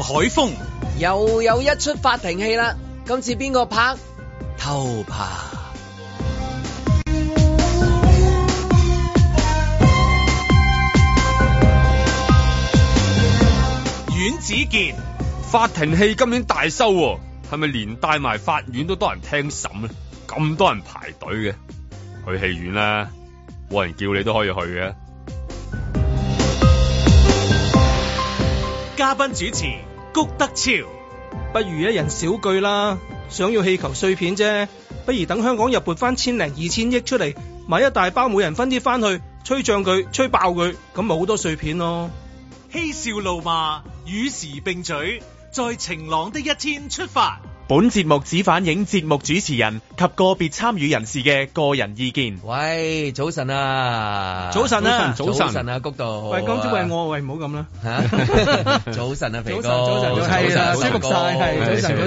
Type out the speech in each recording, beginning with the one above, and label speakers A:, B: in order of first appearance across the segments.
A: 海風
B: 又有一出法庭戲啦。今次邊個拍？
A: 偷拍。阮子健
C: 法庭戲今年大收喎，係咪連帶埋法院都多人聽審咧？咁多人排隊嘅，去戲院啦，冇人叫你都可以去嘅。
A: 嘉賓主持谷德超，
D: 不如一人少句啦，想要氣球碎片啫，不如等香港又撥翻千零二千億出嚟，買一大包，每人分啲翻去，吹脹佢，吹爆佢，咁咪好多碎片咯。
A: 嬉笑怒罵，與時並舉，在晴朗的一天出發。
E: 本節目只反映節目主持人及個別參與人士嘅個人意見。
B: 喂，早晨啊！
D: 早晨啊
B: 早晨早晨啊，谷度。
D: 喂，江姐喂我，喂唔好咁啦。
B: 嚇早晨啊，肥哥，
D: 早晨早晨
B: 係
D: 早晨啊
B: 啦，西谷
D: 早晨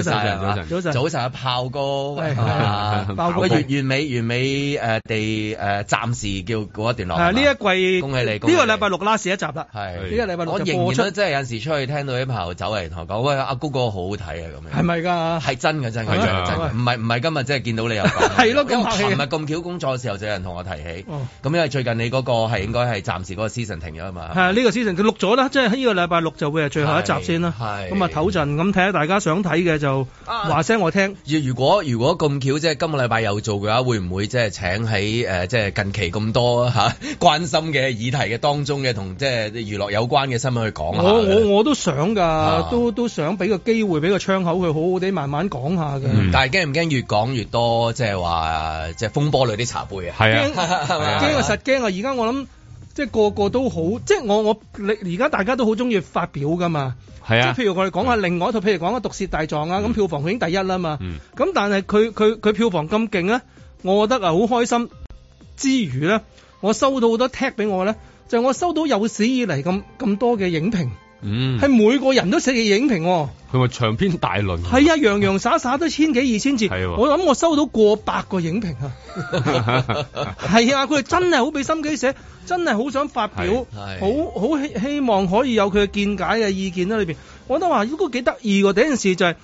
D: 早晨
B: 係早晨
C: 早晨
B: 早
D: 早
B: 晨
D: 晨
B: 早晨啊，炮哥，喂
D: 係
B: 啊
D: 炮哥
B: 喂完完美完美誒呃地誒暫時叫嗰一段落。
D: 啊，
B: 係
D: 呢
B: 嘛
D: 一季
B: 恭喜你
D: 呢
B: 恭喜你
D: 個禮拜六啦，是一集啦。
B: 係
D: 呢個禮拜六
B: 我
D: 就
B: 仍
D: 播
B: 然
D: 出
B: 都，真係有陣時出去聽到啲朋友走嚟同我講，喂阿谷哥好好睇啊咁樣。
D: 係咪㗎？
B: 係真嘅真嘅
C: 係
B: 真
C: 啊
B: 嘅真嘅，唔係唔係今日真係見到你又講。
D: 係啊咯咁
B: 因為
D: 客氣
B: 琴日咁巧工作嘅時候就有人同我提起，
D: 哦
B: 咁因為最近你嗰個係應該係暫時嗰個 season 停咗
D: 係
B: 啊
D: 啊
B: 嘛。
D: 呢個 season 佢錄咗啦，即係呢個禮拜六就會係最後一集先啦。
B: 係係
D: 咁啊唞陣，咁睇下大家想睇嘅就
B: 啊
D: 話聲我聽。
B: 如如果如果咁巧即係今個禮拜又做嘅話，會唔會即係請喺誒即係近期咁多 嚇關心嘅議題嘅當中嘅同即係娛樂有關嘅新聞去講下
D: 我我
B: 咧？
D: 我都想
B: 啊
D: 㗎，都都想俾個機會，俾個窗口佢好好地慢慢講下嘅。
C: 嗯
B: 但係驚唔驚越講越多即係話即係風波裏啲茶杯啊？
C: 係
D: 驚
C: 啊，
B: 係嘛
D: 驚啊！實驚啊！而家我諗，即係個個都好，即係我我你而家大家都好中意發表噶嘛。
C: 係啊
D: 即係譬，如我哋講下另外一套，譬如講下《毒舌大狀》啊，咁票房佢已經第一啦嘛。
C: 嗯
D: 咁、但係佢佢佢票房咁勁咧，我覺得啊好開心之餘咧，我收到好多 tag 俾我咧，就係我收到有史以嚟咁咁多嘅影評，
C: 嗯，
D: 係、每個人都寫嘅影評喎、
C: 佢話長篇大論，
D: 係啊，洋洋灑灑都千幾二千字，
C: 係喎
D: 我諗我收到過百個影評啊！ 係啊，佢哋真係好俾心機寫，真係好想發表，
B: 係
D: 好好希希望可以有佢嘅見解嘅意見喺裏邊。我覺得話如果幾得意喎，第一件事就係、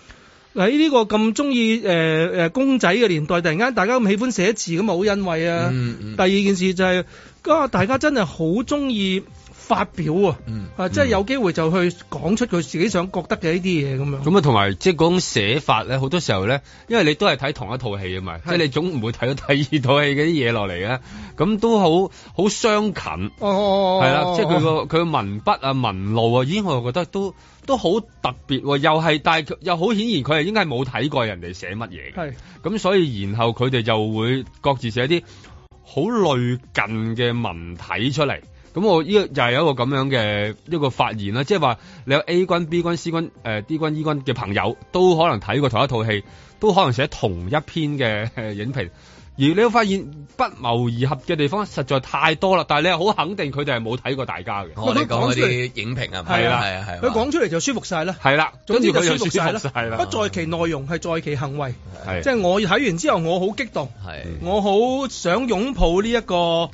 D: 喺呢個咁中意誒誒公仔嘅年代，突然間大家咁喜歡寫字，咁咪好欣慰啊！
B: 嗯嗯
D: 第二件事就係、啊，大家真係好中意發表啊！
B: 嗯
D: 啊，即係有機會就去講出佢自己想覺得嘅呢啲嘢咁 樣。
C: 咁啊，同埋即係嗰種寫法咧，好多時候咧，因為你都係睇同一套戲啊嘛，即係你總唔會睇到第二套戲嗰啲嘢落嚟嘅，啊咁都好好相近。
D: 哦哦，
C: 係啦，即係佢
D: 個
C: 個佢文筆啊、文路啊，已經我覺得都都好特別喎、又係，但係佢又好顯然佢係應該係冇睇過人哋寫乜嘢嘅，
D: 係
C: 咁所以然後佢哋就會各自寫啲好類近嘅文體出嚟。咁我呢個又係有一個咁樣嘅一個發現啦，即係話你有 A 君、B 君、C 君、誒、D 君、E 君嘅朋友，都可能睇過同一套戲，都可能寫同一篇嘅 誒影評，而你會發現不謀而合嘅地方實在太多啦。但係你係好肯定佢哋係冇睇過大家
D: 哦
C: 嘅，
B: 我哋講嗰啲影評啊，
D: 係啦
B: 係啊係啊。
D: 佢講出嚟就舒服晒啦。
C: 係啦，
D: 總
C: 跟
D: 之
C: 住
D: 就
C: 佢
D: 舒
C: 又
D: 服
C: 舒
D: 晒
C: 服
D: 啦
C: 晒，啦
D: 不，在其內容，係在其行為。
C: 係
D: 即係我睇完之後，我好激動，
B: 係
D: 我好想擁抱呢、一個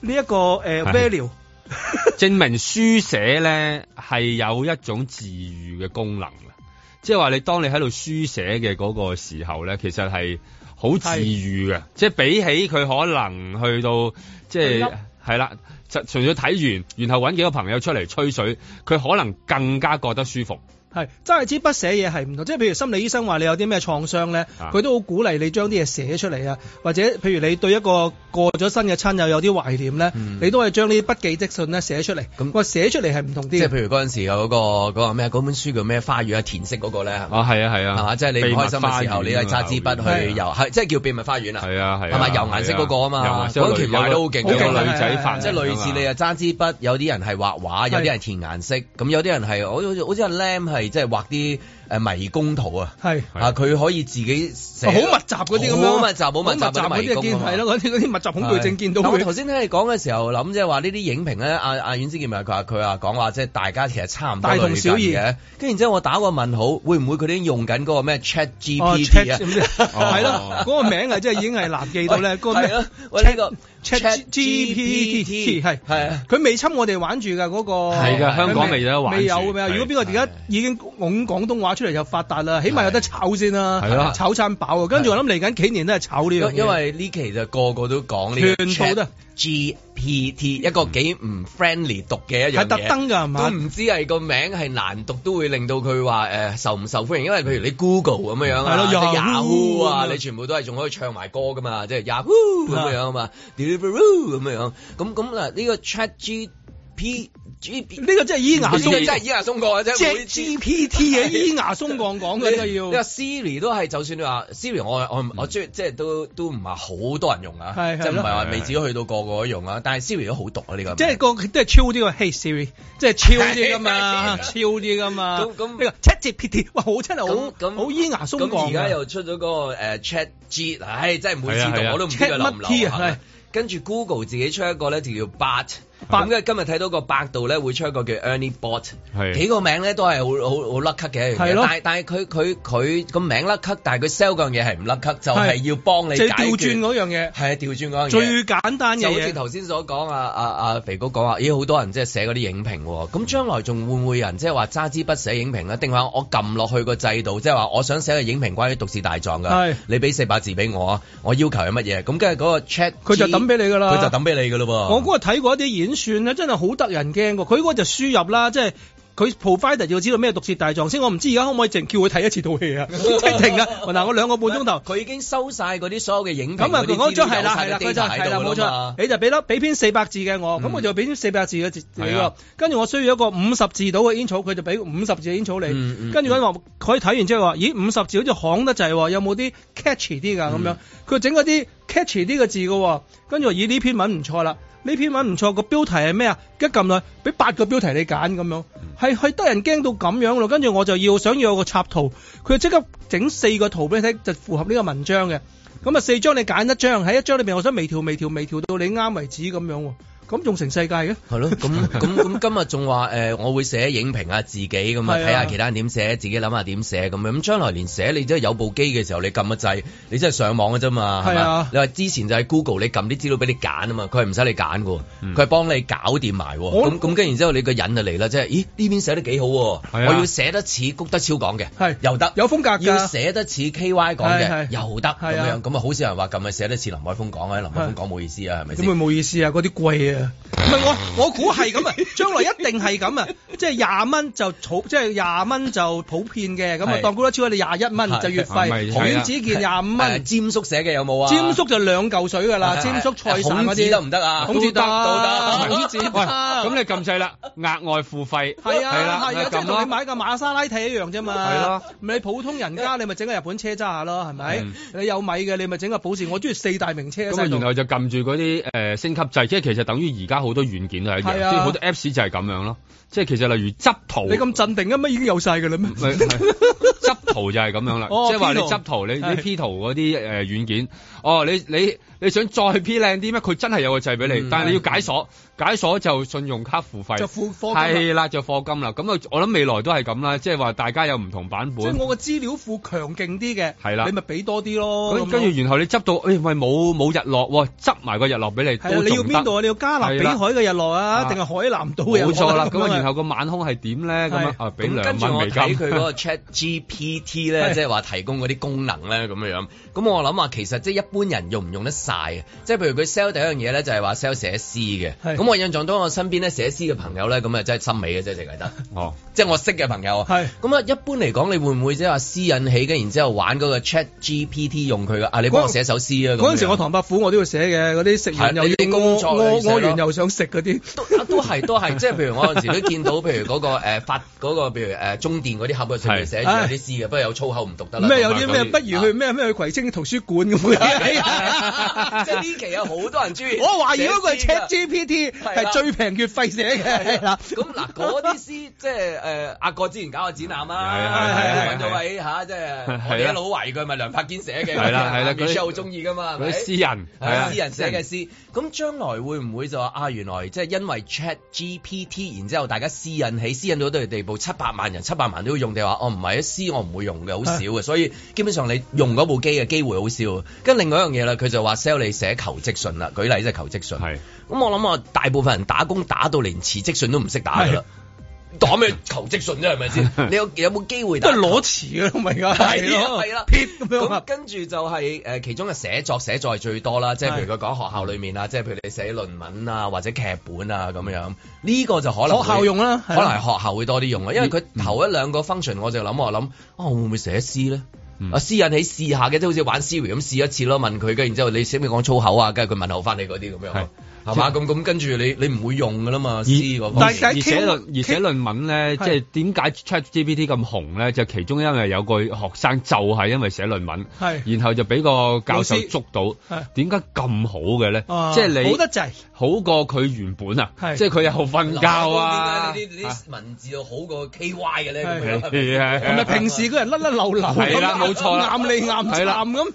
D: 呢一、個
C: 係
D: 誒 value。
C: 證明書寫咧係有一種治愈嘅功能嘅，即係話你當你喺度書寫嘅嗰個時候咧，其實係好治愈嘅，即係比起佢可能去到即係係啦，就純粹睇完，然後揾幾個朋友出嚟吹水，佢可能更加覺得舒服。
D: 係真係支筆寫嘢係唔同，即係譬如心理醫生話你有啲咩創傷咧，
C: 啊
D: 佢都好鼓勵你將啲嘢寫出嚟啊，或者譬如你對一個過咗身嘅親友有啲懷念咧，
C: 嗯
D: 你都係將呢啲筆記即信咧寫出嚟。
B: 咁
D: 咁個寫出嚟係唔同
B: 即
D: 啲
B: 係
D: 嘅。
B: 譬如嗰陣時有嗰個嗰個咩嗰本書叫咩花語啊填色嗰個咧係嘛
C: 啊，係啊，係
B: 係
C: 啊，
B: 嘛？即係你唔開心嘅時候，你
C: 秘密花園
B: 係揸支
D: 啊
B: 筆去遊，係即係叫秘密花園啊。
C: 係啊，係啊，
B: 係咪油顏色嗰個啊嘛
C: 油顏色
B: 嗰期賣得好勁
C: 有個
D: 好勁啊
C: 女仔
D: 係啊
C: 發明㗎嘛，
B: 即係類似你啊揸支筆，有啲人係畫畫，有啲人填顏色，咁有啲人係好似好似阿 Lam 係即係畫啲誒迷宮圖啊，
D: 係哦
C: 係
B: 啊佢可以自己寫
D: 好密集嗰啲咁樣，啊
B: 好密集好密集嗰啲
D: 好
B: 迷
D: 嗰啲
B: 宮
D: 見
B: 啊嘛
D: 係咯，嗰啲嗰啲密集恐懼症見到
B: 但我頭
D: 會
B: 先聽你講嘅時候，諗即係話呢啲影評咧，阿阿阮之健咪佢話佢話講話即係大家其實差唔多
D: 大同
B: 類
D: 小
B: 近
D: 異
B: 嘅。跟然之後我打個問號，會唔會佢哋已經用緊嗰個咩 Chat
D: 哦
B: GPT 啊
D: check？咁 啫係咯，嗰個名啊真係已經係難記到咧，嗰個
B: 係
D: 咩
B: 咯？喂，呢個
D: Chat GPT 係
B: 係啊。
D: 佢未侵我哋玩住㗎嗰個，
C: 係㗎香港未有得玩
D: 未有
C: 住
D: 㗎嘛？
C: 係
D: 如果邊個而家已經拱廣東話出嚟就發達啦，起碼有得炒先啦，
C: 係啦
D: 炒餐飽啊！跟住我諗嚟緊幾年都係炒呢樣嘢，
B: 因因為呢期就個個都講呢個
D: 全部都
B: Chat GPT 一個幾唔 friendly 讀嘅一樣嘢，
D: 係特登㗎係嘛
B: 都唔知係個名係難讀，都會令到佢話誒受唔受歡迎。因為譬如你 Google 咁樣樣
D: 係
B: 啊，
D: 咯
B: 即係
D: Yahoo
B: Yahoo 啊
D: 咁，樣
B: 你全部都係仲可以唱埋歌㗎嘛，即係 Yahoo 咁樣啊嘛，Deliveroo 咁樣。咁咁嗱，呢個 Chat G P G P
D: 呢個真係咿牙
B: 呢個
D: 鬆
B: 真係咿牙鬆過啊！真係每
D: Chat
B: 次
D: GPT 嘅咿牙鬆降講嘅真係
B: 你
D: 啊要嗯
B: 話。Siri 都係，就算你話 Siri，我我我中意即係都都唔係好多人用啊，
D: 係係
B: 即係唔係話
C: 咯
B: 未至於去到個個都用啊。但係 Siri 都好毒啊，呢個
D: 即係個都係超啲個 Hey Siri，即係超啲噶嘛，超啲噶嘛。
B: 咁咁
D: 呢個 ChatGPT，哇，好真係好
B: 咁咁
D: 好咿牙鬆啊
B: 咁
D: 降
B: 而
D: 㗎
B: 家又出咗嗰個誒 Chat G，唉，真係每
C: 係啊
B: 次
C: 係
B: 讀
C: 啊
B: 我都唔知佢流唔
D: Chat 乜
B: 流
D: T 啊係
B: 行。跟住 Google 自己出一個咧就叫 Bart，
D: Bart
B: 咁跟住今日睇到個百度咧會出一個叫 Ernie Bot，
C: 係
B: 幾個名咧都係好好好甩咳嘅一樣
D: 係咯
B: 嘢。但係但係佢佢佢個名甩咳，但係佢 sell 嗰樣嘢係唔甩咳，就係
D: 係
B: 要幫你
D: 就
B: 解
D: 係調轉
B: 決。
D: 嗰樣嘢，
B: 係啊，調轉嗰樣嘢。
D: 最簡單嘅
B: 就好似
D: 嘢。
B: 頭先所講啊啊啊肥哥講話，咦好多人即係寫嗰啲影評
D: 嗯
B: 喎，咁將來仲會唔會有人即係話揸支筆寫影評咧？啊定話我撳落去個制度，即係話我想寫個影評關於毒舌大狀
D: 係
B: 㗎，你俾四百字俾我啊，我要求係乜嘢？咁跟住嗰個 chat
D: 佢就抌俾你㗎啦
B: 佢就抌俾你㗎咯喎。
D: 我嗰日睇過一啲演算咧，真係好得人驚喎。佢嗰個就輸入啦，即係。佢 provider 要知道咩毒舌大狀先，我唔知而家可唔可以淨叫佢睇一次套戲啊？即係停啊！嗱，我兩個半鐘頭，
B: 佢已經收晒嗰啲所有嘅影評
D: 咁啊，
B: 嗰
D: 佢
B: 啲
D: 講
B: 資
D: 咗
B: 料，
D: 係啦，係
B: 係
D: 啦，佢
B: 佢
D: 就係啦，冇錯，你就俾粒俾篇四百字嘅我，咁
B: 嗯
D: 我就俾篇四百字嘅字你
C: 係啊
D: 咯。跟住我需要一個五十字到嘅 i n 佢就俾五十字嘅 i n
B: 嗯嗯
D: 你。跟住佢話佢睇完之後話，咦五十字好似行得滯喎，有冇啲 catchy 啲㗎
B: 嗯
D: 咁樣？佢整嗰啲 catchy 啲嘅字嘅喎，跟住話咦呢篇文唔錯啦。呢篇文唔錯，個標題係咩啊？一撳落去，俾八個標題你揀咁樣，
B: 嗯
D: 係係得人驚到咁樣咯。跟住我就要想要有個插圖，佢就即刻整四個圖俾你睇，就符合呢個文章嘅。咁啊四張你揀一張，喺一張裏邊我想微調微調微調到你啱為止咁樣喎。咁仲成世界嘅，
B: 係咯，咁咁咁今日仲話誒，我會寫影評啊自己咁啊，
D: 係啊
B: 睇下其他人點寫，自己諗下點寫咁樣。咁將來連寫你真係有部機嘅時候，你撳個掣，你真係上網嘅啫嘛，係
D: 係啊
B: 嘛？你話之前就係 Google，你撳啲資料俾你揀啊嘛，佢係唔使你揀嘅喎，
C: 嗯
B: 佢係幫你搞掂埋喎。
D: 我
B: 咁咁跟然之後你個人就嚟啦，即係咦呢邊寫得幾好喎，
C: 係啊
B: 我要寫得似谷德超講嘅，
D: 係
B: 又得。
D: 有風格㗎。
B: 要寫得似 K Y 講嘅
D: 係係
B: 又得咁
D: 係啊
B: 樣，咁啊好少人話咁啊寫得似林海峰講啊，林海峰講冇意思啊，係咪先
D: 點會？冇意思啊？嗰啲貴啊！唔係我我 估係咁啊，將來一定係咁啊！即係廿蚊就草，即係廿蚊就普遍嘅，咁啊
B: 係
D: 當高得超你廿一蚊就月
C: 係咪
D: 費，孔子健廿五
B: 誒
D: 蚊，
B: 呃詹叔寫嘅有冇啊？
D: 詹叔就兩嚿水㗎 啦，
B: 係
D: 詹叔菜散嗰
B: 孔子
D: 啲
B: 得唔得啊
D: 孔子得，
B: 都得都得
D: 孔子得。
C: 喂，咁你撳掣啦，額外付費
D: 係
C: 係
D: 啊，
C: 啦，
D: 係啊，即係
C: 撳
D: 同
C: 啦
D: 你買架馬莎拉蒂一樣啫嘛。
C: 係咯，
D: 你普通人家你咪整個日本車揸下咯，係咪
C: 嗯？
D: 你有米嘅你咪整個保時，我中意四大名車喺
C: 咁啊，
D: 晒度
C: 然後就撳住嗰啲誒升級掣，即係其實等於而家好多軟件都係一樣，
D: 係啊
C: 即係好多 Apps 就係咁樣咯。即係其實例如執圖，
D: 你 咁鎮定嘅咩？已經有晒㗎啦咩
C: 唔？係唔係執圖就係咁樣啦，
D: 哦
C: 即係話
D: P
C: 你
D: 圖
C: 執圖，你你
D: 係
C: P 圖嗰啲誒軟件，哦，你你你想再 P 靚啲咩？佢真係有個掣俾你，
B: 嗯
C: 但係你要解鎖，解鎖就信用卡付費，
D: 就付貨金啦
C: 係啦，就課金啦。咁啊，我諗未來都係咁啦，即係話大家有唔同版
D: 即係
C: 本。
D: 我個資料庫強勁啲嘅，
C: 係啦
D: 你咪俾多啲咯。
C: 咁
D: 咁
C: 跟
D: 樣
C: 住，然後你執到，誒、喂，冇冇日落喎，執埋個日落俾你，
D: 係啊，
C: 都
D: 你要
C: 仲
D: 邊
C: 得
D: 度。啊？你要加勒比海嘅日落啊，定係海南島嘅日落啊？
C: 冇錯啦，咁啊，
D: 樣
C: 然後個晚空係點咧？咁啊
D: 係，
C: 啊，俾
B: 咁
C: 兩
B: 跟住
C: 蚊
B: 我
C: 美
B: 睇
C: 金。
B: 佢嗰個 Chat GPT 咧，
D: 係
B: 即係話提供嗰啲功能咧咁樣樣。咁我諗話啊其實即係一般人用唔用得晒嘅，即係譬如佢 sell 第一樣嘢咧就係話 sell 寫詩嘅。
D: 係
B: 咁我印象當我身邊咧寫詩嘅朋友咧，咁啊真係心美嘅啫，淨 係得。
C: 哦，
B: 即係我識嘅朋友啊。
D: 係
B: 咁啊，一般嚟講，你會唔會即係話私引起跟然之後玩嗰個 Chat GPT 用佢嘅啊？你幫我寫首詩啊！咁樣
D: 嗰陣時我唐伯虎我都要寫嘅，嗰啲食完
B: 係
D: 又要
B: 你啲工作
D: 屙
B: 你寫
D: 屙
B: 落
D: 完又想食嗰啲，
B: 都都係都係，即係譬如我有陣時都見到，譬如嗰個誒發嗰個，譬如誒中電嗰啲盒啊，上面寫住有啲詩嘅，不過有粗口唔讀得啦。啊
D: 咩有啲咩
C: 咁
D: 不如去咩咩去葵青圖書館咁嘅。
B: 即係呢期有好多人中意。
D: 我懷疑嗰個係
B: 啊寫詩啊㗎
D: ChatGPT
B: 係啦
D: 係最平月費寫嘅，係啦。
B: 咁嗱，嗰啲詩即係誒阿國之前搞個展覽
C: 係
B: 啊，
C: 係係係
B: 揾到位嚇，即係我哋一路懷疑佢係咪梁柏堅寫嘅，啊
C: 係啦係啦嗰啲
B: Michelle 好中意噶嘛，係
C: 嗰
B: 咪
C: 啲私人係啊
B: 係私人寫嘅詩，咁將來會唔會就話啊？原來即係因為 Chat GPT，然之後大家私隱起，私隱到一定地步，七百萬人七百萬都要用，你話哦唔係啊，私我唔會用嘅，好少嘅，所以基本上你用嗰部機嘅機會好少。跟住另外一樣嘢啦，佢就話 sell 你寫求職信啦，舉例即係求職信。
C: 係
B: 咁我諗啊，大部分人打工打到連辭職信都唔識打噶啦。打咩求職信啫，係咪先？你有有冇機 會
D: 都
B: 打？
D: 係攞詞嘅，，Oh 咪㗎，
B: 係啦，
D: 咯
B: 係啦，
D: 撇咁樣
B: 咁
D: 啊，
B: 跟住就係、誒、其中嘅寫作寫作係最多啦，即係譬如佢講學校裏面啦，啊即係譬如你寫論文啊或者劇本啊咁樣，呢、個就可能會
D: 學校用啊啦，
B: 可能係學校會多啲用啊，因為佢頭一兩個 function 我就諗我諗，啊我會唔會寫詩咧？啊，私引起試下嘅，即係好似玩 Siri 咁試一次咯，問佢嘅，然之後你識唔識講粗口啊？跟住佢問候翻你嗰啲咁樣
C: 係
B: 咯，係嘛？咁咁跟住你你唔會用噶啦嘛，詩嗰方
D: 但
B: 面
D: 但
C: 而寫論而寫論文咧，
D: 係
C: 即係點解 ChatGPT 咁紅咧？就其中因為有個學生就係因為寫論文，
D: 係
C: 然後就俾個教
D: 老
C: 授
D: 師
C: 捉到
D: 係。
C: 點解咁好嘅咧？
D: 啊
C: 即係你
D: 好得滯，
C: 好過佢原本啊，
D: 係
C: 即係佢又瞓覺啊。
B: 點解你啲啲文字又好過 KY 嘅咧？
D: 係
B: 咁樣
C: 係係
D: 同埋平時個人甩甩流流，
C: 係啦冇錯啦
D: 啱你啱
C: 係啦
D: 站咁，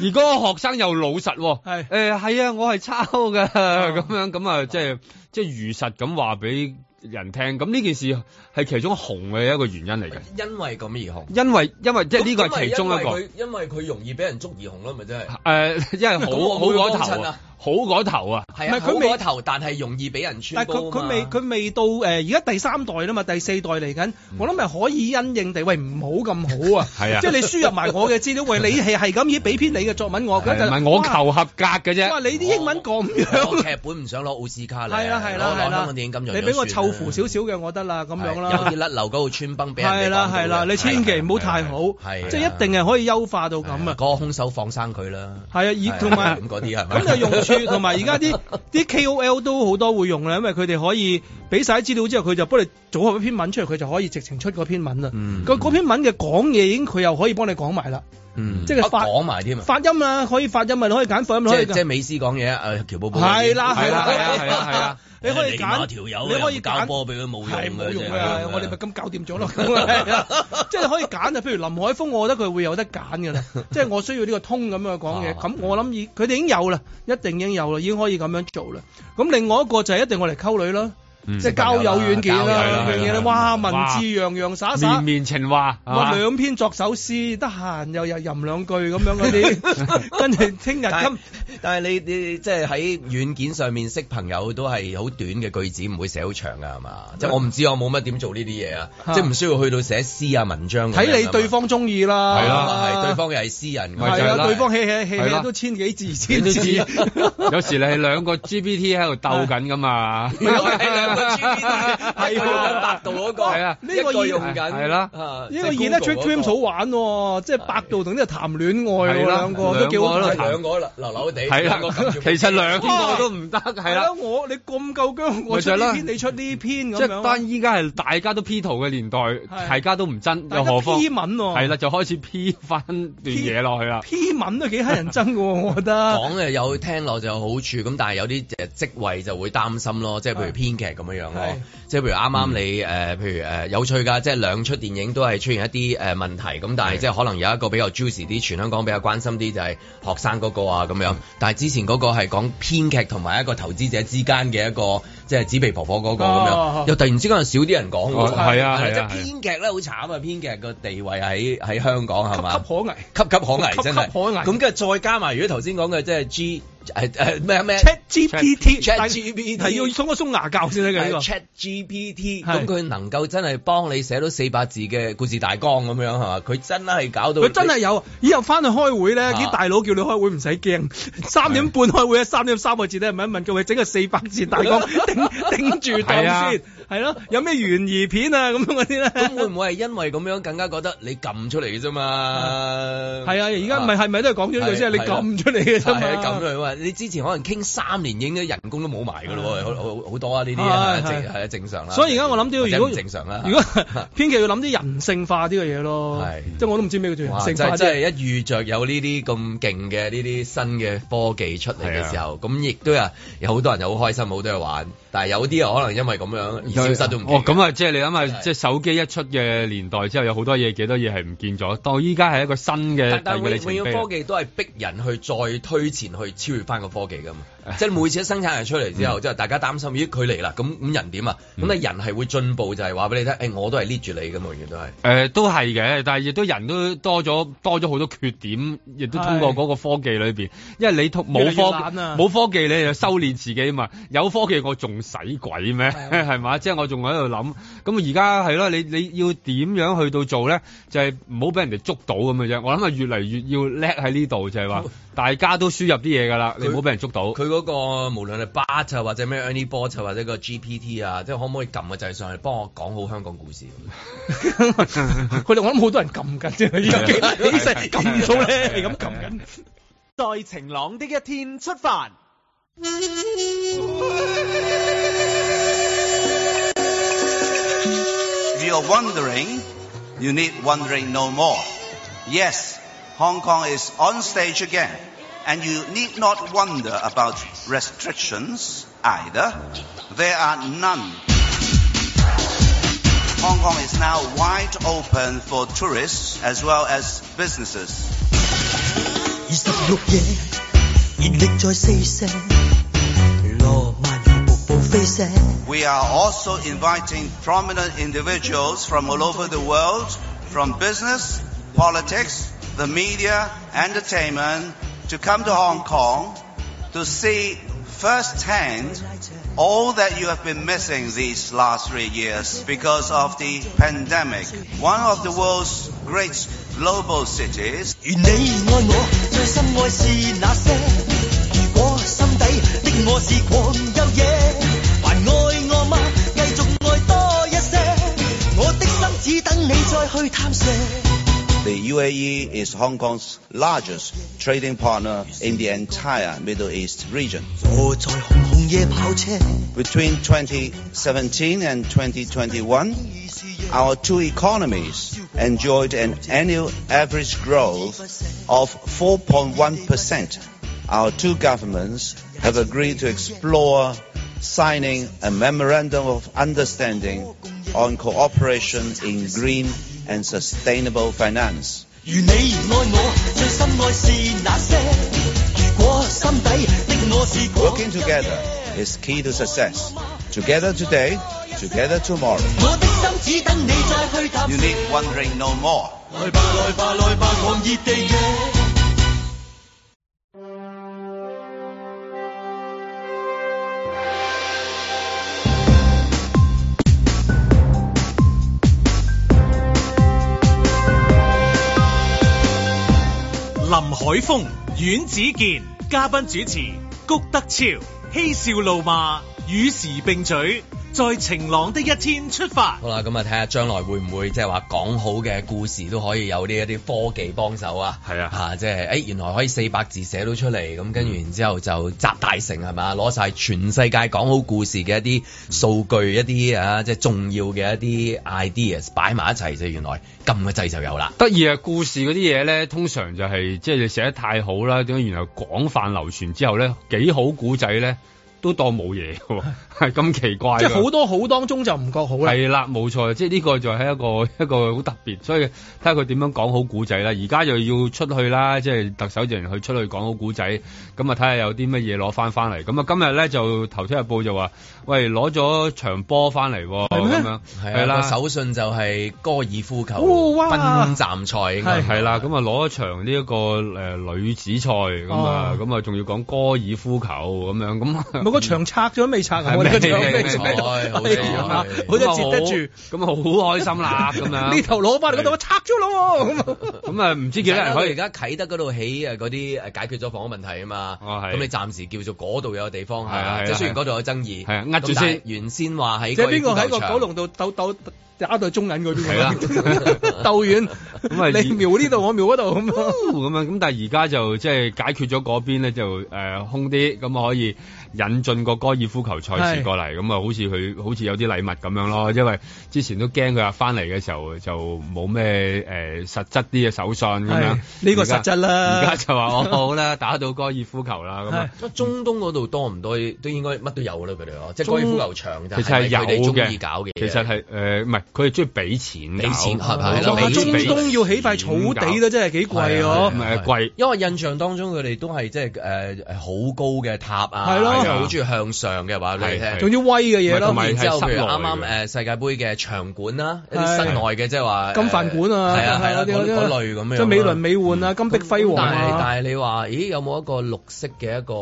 C: 而嗰個學生又老實喎，
D: 係
C: 誒係啊，我係抄㗎咁樣，咁啊即係即係如實咁話俾人聽，咁呢件事係其中紅嘅一個原因嚟嘅，啊
B: 因為咁而紅。
C: 因為因為即係呢個
B: 咁
C: 係其中一個
B: 因為佢因為佢容易俾人捉而紅咯，咪真係。
C: 誒， 因為好
B: 咁我
C: 好
B: 會
C: 嗰
B: 幫
C: 頭
B: 襯啊
C: 啊，好嗰頭啊，
B: 係
D: 唔
B: 啊，
D: 係佢
B: 佢
D: 未
B: 嗰頭，但係容易俾人
D: 但
B: 穿
D: 係
B: 煲
D: 佢
B: 啊
D: 佢
B: 嘛
D: 未佢未到誒，而家第三代啦嘛，第四代嚟緊，我諗係可以因應地，喂唔好咁好啊，
C: 係啊
D: 即係你輸入埋我嘅資料，喂你係係咁已俾篇你嘅作文我，
C: 唔
D: 嗰陣
C: 係我
D: 哇
C: 求合格嘅
D: 哇
C: 啫，
D: 你啲英文咁
B: 我
D: 樣，
B: 劇本唔想攞奧斯卡嚟， 啊
D: 係啦係啦
B: 攞攞
D: 係
B: 香
D: 啦，
B: 港電影金像獎
D: 你俾我
B: 算
D: 湊
B: 啦
D: 符少少嘅我得啦，咁樣
B: 有
D: 啦
B: 啲。甩流嗰度穿崩俾人哋
D: 係啦
B: 講到嘅
D: 係啦，你千祈唔好太好
B: 係啊，
D: 即係一定係可以優化到
B: 係啊
D: 咁啊。
B: 嗰個兇手放生佢啦，
D: 係啊，而同 埋
B: 咁嗰啲係咪？
D: 咁就用處，同埋而家啲啲 KOL 都好多會用啦，因為佢哋可以俾晒資料之後，佢就幫你組合一篇文出嚟，佢就可以直情出嗰篇文啦。
B: 嗯
D: 個嗰篇文嘅講嘢已經佢又可以幫你講埋啦，
B: 嗯
D: 即係
B: 啊
D: 發
B: 講埋添啊！
D: 發音啊，可以發音啊，你可以揀發音，你
B: 即
D: 可以
B: 係即係美斯講嘢，誒喬寶寶
D: 係啦
C: 係啦係
D: 係啦
C: 啦係啊啦係 啦，
D: 你可以
B: 揀
D: 揀，
B: 條友，
D: 你可以
B: 交
D: 揀。
B: 波俾佢冇
D: 係
B: 用
D: 冇
B: 嘅，
D: 用
B: 真係
D: 㗎，我哋咪咁搞掂咗咯。 咁啊係啊即係你可以揀啊，譬如林海峰，我覺得佢會有得揀㗎 啦。即係我需要呢個通咁樣講嘢，
B: 啊
D: 咁我諗已佢哋已經有啦，一定已經有啦，已經可以咁樣做啦。咁另外一個就係一定我嚟溝女啦，
C: 嗯
D: 即係交友軟件
B: 交友
D: 啦
C: 啦
D: 咁樣嘢
C: 係
D: 啦。
C: 啦
D: 哇，
B: 係
D: 文
C: 啦
D: 字洋洋灑
C: 面
D: 灑。
C: 面啊情話，係
D: 我
C: 嘛
D: 兩篇作首詩，得閒又又吟兩句咁樣 嗰啲，跟住聽日
B: 但係
D: 今
B: 但係你你即係喺軟件上面識朋友都係好短嘅句子，唔會寫好長㗎係嘛？即係我唔知我冇乜點做呢啲嘢啊，
D: 嗯嚇
B: 即係唔需要去到寫詩啊文章咁樣啊嘛。
D: 睇你對方中意啦，
C: 係啦
B: 係對方又係詩人，
C: 咪
D: 係
C: 就係
D: 啊，
C: 啦
D: 對方 hea
C: 係
D: hea hea
C: 啦
D: hea 都千幾 字
C: 你
D: 千
C: 都
D: 字
C: 知，，有時你係兩個 GPT 喺度鬥緊噶 嘛，
B: 係兩個 GPT 係用緊百度嗰個，
C: 係啊
D: 啊呢個
B: 一個
D: 二
B: 用緊
C: 係啦
B: 啊
D: 呢個
B: 即係
D: Electric
B: Google 嗰個
D: Dreams 好玩喎，即係百度同呢個談戀愛喎，
C: 係啦
D: 兩個都幾好啊
C: 兩個
D: 睇
C: 喺度。
B: 兩個流流地，
C: 係啦
B: 兩個撳住，
C: 其實兩個都唔得，係啦。，
D: 我你咁夠姜，我
C: 咪
D: 出
C: 就係啦
D: 呢篇，你出呢篇
C: 即
D: 咁
C: 係
D: 樣。
C: 當依家係大家都 P 圖嘅年代，
D: 係
C: 大家都唔真，
D: 大
C: 又
D: 家
C: 何況
D: P 文喎，
C: 係啦，就開始 P 翻段嘢落去啦。
D: ，P 文都幾乞人憎嘅喎，我覺得。
B: 講嘅有聽落就有好處，咁但係有啲誒職位就會擔心咯，即係譬如編劇咁樣樣咯
D: 係，
B: 即係譬如啱啱你誒、呃譬如誒、呃有趣㗎，即係兩出電影都係出現一啲誒、呃、問題，咁但係即係可能有一個比較 juicy 啲，全香港比較關心啲就係學生嗰個啊咁樣，但係之前嗰個係講編劇同埋一個投資者之間嘅一個即係紙皮婆婆嗰個咁樣，
D: 哦
B: 又突然之間少啲人講喎，
C: 哦係啊
B: 即
C: 係
B: 係
C: 啊係啊
B: 編劇咧好慘啊，編劇個地位喺喺香港係
D: 岌
B: 嘛
D: 岌？可危
B: 岌岌可危，
D: 岌岌
B: 真係
D: 可危
B: 咁跟住再加埋，如果頭先講嘅即係 G 誒誒咩咩
D: ，Chat GPT，
B: Chat
D: 但
B: GPT
D: 係要鬆一鬆牙教先得嘅呢個
B: 誒。Chat
D: 係
B: GPT，咁佢能夠真係幫你寫到四百字嘅故事大綱咁樣係嘛？佢真係搞到
D: 佢真係有，以後翻去開會咧，
B: 啊
D: 啲大佬叫你開會唔使驚，三點 半開會咧，三點三個字咧，問一問佢，喂，整個四百字大綱頂頂住檔
C: 係啊
D: 先，係咯，有咩懸疑片啊咁樣嗰啲 咧？
B: 咁會唔會係因為咁樣更加覺得你撳出嚟嘅啫嘛？
D: 係啊，而家咪係咪都係講咗呢句
B: 係
D: 先？你
B: 係
D: 撳出嚟嘅啫
B: 係
D: 嘛。
B: 啊，咁樣啊！你之前可能傾三年已經人工都冇埋㗎咯喎，好好好多啊呢啲
D: 係
B: 係正
D: 係
B: 係啊正常啦。
D: 所以而家我諗都要
B: 或者唔
D: 如果
B: 正常啦，
D: 如果 編劇要諗啲人性化啲嘅嘢 咯，
B: 係
D: 即係我都唔知咩叫做人
B: 哇！真
D: 性化
B: 係真
D: 啲。
B: 係一遇着有呢啲咁勁嘅呢啲新嘅科技出嚟嘅時候，咁亦都有有好多人又好開心，好多人玩，但係有啲人可能因為咁樣消失都唔
C: 哦，咁
B: 啊，
C: 啊，即係你諗下，
B: 係
C: 即係手機一出嘅年代之後，有好多嘢幾多嘢係唔見咗。當依家係一個新嘅
B: 但
C: 第二
B: 但
C: 個
B: 永
C: 里程
B: 永
C: 碑啊
B: 遠
C: 啦
B: 科。技都係逼人去再推前去超越翻個科技㗎嘛，即係每次生產人出嚟之後，即係大家擔心咦距離啦，咁咁人點啊？咁啊人係會進步，就係話俾你聽，誒我都係 lead 住你㗎嘛，永遠都係。
C: 誒、呃都係嘅，但係亦都人都多咗多咗好多缺點，亦都通過嗰個科技裏邊，因為你同冇
D: 越嚟越
C: 科
D: 懶啊
C: 冇科技，你就修練自己嘛。有科技我仲使鬼咩？
D: 係啊
C: 係嘛？即係我仲喺度諗，咁而家係咯，你你要點樣去到做咧？就係唔好俾人哋捉到咁嘅啫。我諗係越嚟越要叻喺呢度，就係、話大家都輸入啲嘢㗎啦，你唔好俾人捉到。
B: 佢嗰個無論係 Bart 啊，或者咩 Ernie Bot 啊，或者個 GPT 啊，即係可唔可以撳個掣上嚟幫我講好香港故事？
D: 佢哋我諗好多人撳緊啫，而家
C: 啊
D: 幾幾細撳到咧，係咁撳緊。
E: 在晴朗的一天出發。
F: If you're wondering, you need wondering no more. Yes, Hong Kong is on stage again, and you need not wonder about restrictions either. There are none. Hong Kong is now wide open for tourists as well as businesses.
G: 二十六夜，熱力在四射，浪漫如瀑布飛射。
F: We are also inviting prominent individuals from all over the world, from business, politics, the media, entertainment, to come to Hong Kong to see firsthand all that you have been missing these last three years because of the pandemic. One of the world's great global cities
G: 如你愛我，最深愛是那些？如果心底的我是狂有野，還愛我嗎？繼續愛多一些，我的心只等你再去探射。
F: The UAE is Hong Kong's largest trading partner in the entire Middle East region.
G: 我在紅紅夜跑車，
F: Between 2017 and 2021, our two economies enjoyed an annual average growth of 4.1%. Our two governments have agreed to explore signing a memorandum of understanding on cooperation in green and sustainable finance.
G: 如你愛我，最深愛是那些？如果心底的我是狂
F: Working together is key to success. Together today, together tomorrow.
G: 我的心只等你再去探
F: You
G: 索。
F: need wondering no more.
G: 來吧來吧來吧，狂熱地夜。
A: 林海峰、阮子健，嘉賓主持谷德超，嬉笑怒罵，與時並舉，在晴朗的一天出發。
B: 好啦，咁啊睇下將來會唔會即係話講好嘅故事都可以有呢一啲科技幫手啊？
C: 係啊嗯
B: 嚇即係誒原來可以四百字寫到出嚟，咁跟住然之後就集大成係嘛，攞晒全世界講好故事嘅一啲數據、一啲啊即係重要嘅一啲 ideas 擺埋一齊就原來撳個掣就有啦。
C: 得意啊！故事嗰啲嘢咧，通常就係、即係你寫得太好啦，點解然後廣泛流傳之後咧，幾好古仔咧都當冇嘢喎， 係咁奇怪㗎。
D: 即係好多好當中就唔覺好啦。
C: 係啊啦，冇錯，即係呢個就係一個一個好特別，所以睇下佢點樣講好古仔啦。而家又要出去啦，即係特首人去出去講好古仔，咁啊睇下有啲乜嘢攞翻翻嚟。咁啊今日咧就《頭先日報》就話，喂攞咗場波翻嚟喎，
D: 係啊咩
C: 咁樣
B: 係啦，個手信就係高爾夫球
D: 哦哇
B: 賓站賽應該
D: 係
C: 係啦，咁啊攞一場呢、一個誒、呃女子賽，咁啊
D: 哦
C: 咁啊仲要講高爾夫球咁樣，咁
D: 冇個牆拆咗未拆啊？
C: 係啊
D: 我哋個
C: 未 未
D: 牆 未
C: 未
D: 拆
C: 未
B: 好
D: 哎呀
B: 彩
D: 好就截得住，
C: 住，咁啊好開心啦咁樣。
D: 呢頭攞翻嚟嗰度，我拆咗咯喎咁啊。
C: 咁啊，唔知幾多人
B: 佢
C: 可
B: 而
C: 以。
B: 家啟德嗰度起啊誒嗰啲誒解決咗房屋問題啊嘛，
C: 哦係
B: 咁你暫時叫做嗰度有個地方
C: 係啊係
B: 係，
C: 啊
B: 即係雖然嗰度有爭議，
C: 係啊扼住
B: 咁但
C: 先
B: 係原先話喺
D: 即係邊個喺
B: 個
D: 個九龍度鬥鬥打到中銀嗰邊
C: 係啦
D: 咁 鬥遠
C: 咁啊，
D: 你瞄呢度，我瞄嗰度咁啊。
C: 咁樣咁，但係而家就即係解決咗嗰邊咧，就誒、呃空啲，咁可以引進個高爾夫球賽事過嚟，咁啊好似佢好似有啲禮物咁樣咯，因為之前都驚佢話翻嚟嘅時候就冇咩誒實質啲嘅手信咁樣
D: 係，呢個實質 啦
C: 而家就話我好啦，打到高爾夫球啦咁啊
D: 係。
B: 咁中東嗰度多唔多？都應該乜都有啦，佢哋哦，即係高爾夫球場就
C: 其實係有
B: 佢哋中意
C: 嘅
B: 搞嘅嘢，
C: 其實係誒唔係，佢哋中意俾錢搞，哦
B: 俾錢係咪
D: 哇
B: 係啦俾
D: 中
B: 錢
D: 東要起塊草地都真係幾貴哦
C: 咁。誒貴
B: 因為印象當中佢哋都係即係誒誒好高嘅塔啊，
D: 係咯
B: 因為好中意向上嘅話，你
C: 係
B: 聽
C: 係。
D: 仲要威嘅嘢咯
C: 唔係同。埋
B: 然之後，
C: 係
B: 譬
C: 室內
B: 如
C: 嘅
B: 啱啱誒世界盃嘅場館啦，一
D: 係
B: 啲室內嘅即係話
D: 金飯館啊，
B: 係啊係啦，
D: 嗰啲嗰
B: 嗰
D: 啲
B: 嗰類
C: 啊
B: 咁樣啦。
D: 即係美輪美奐
C: 嗯
D: 啊，金碧輝煌
B: 但係
D: 啊。
B: 但係你話，咦有冇一個綠色嘅一個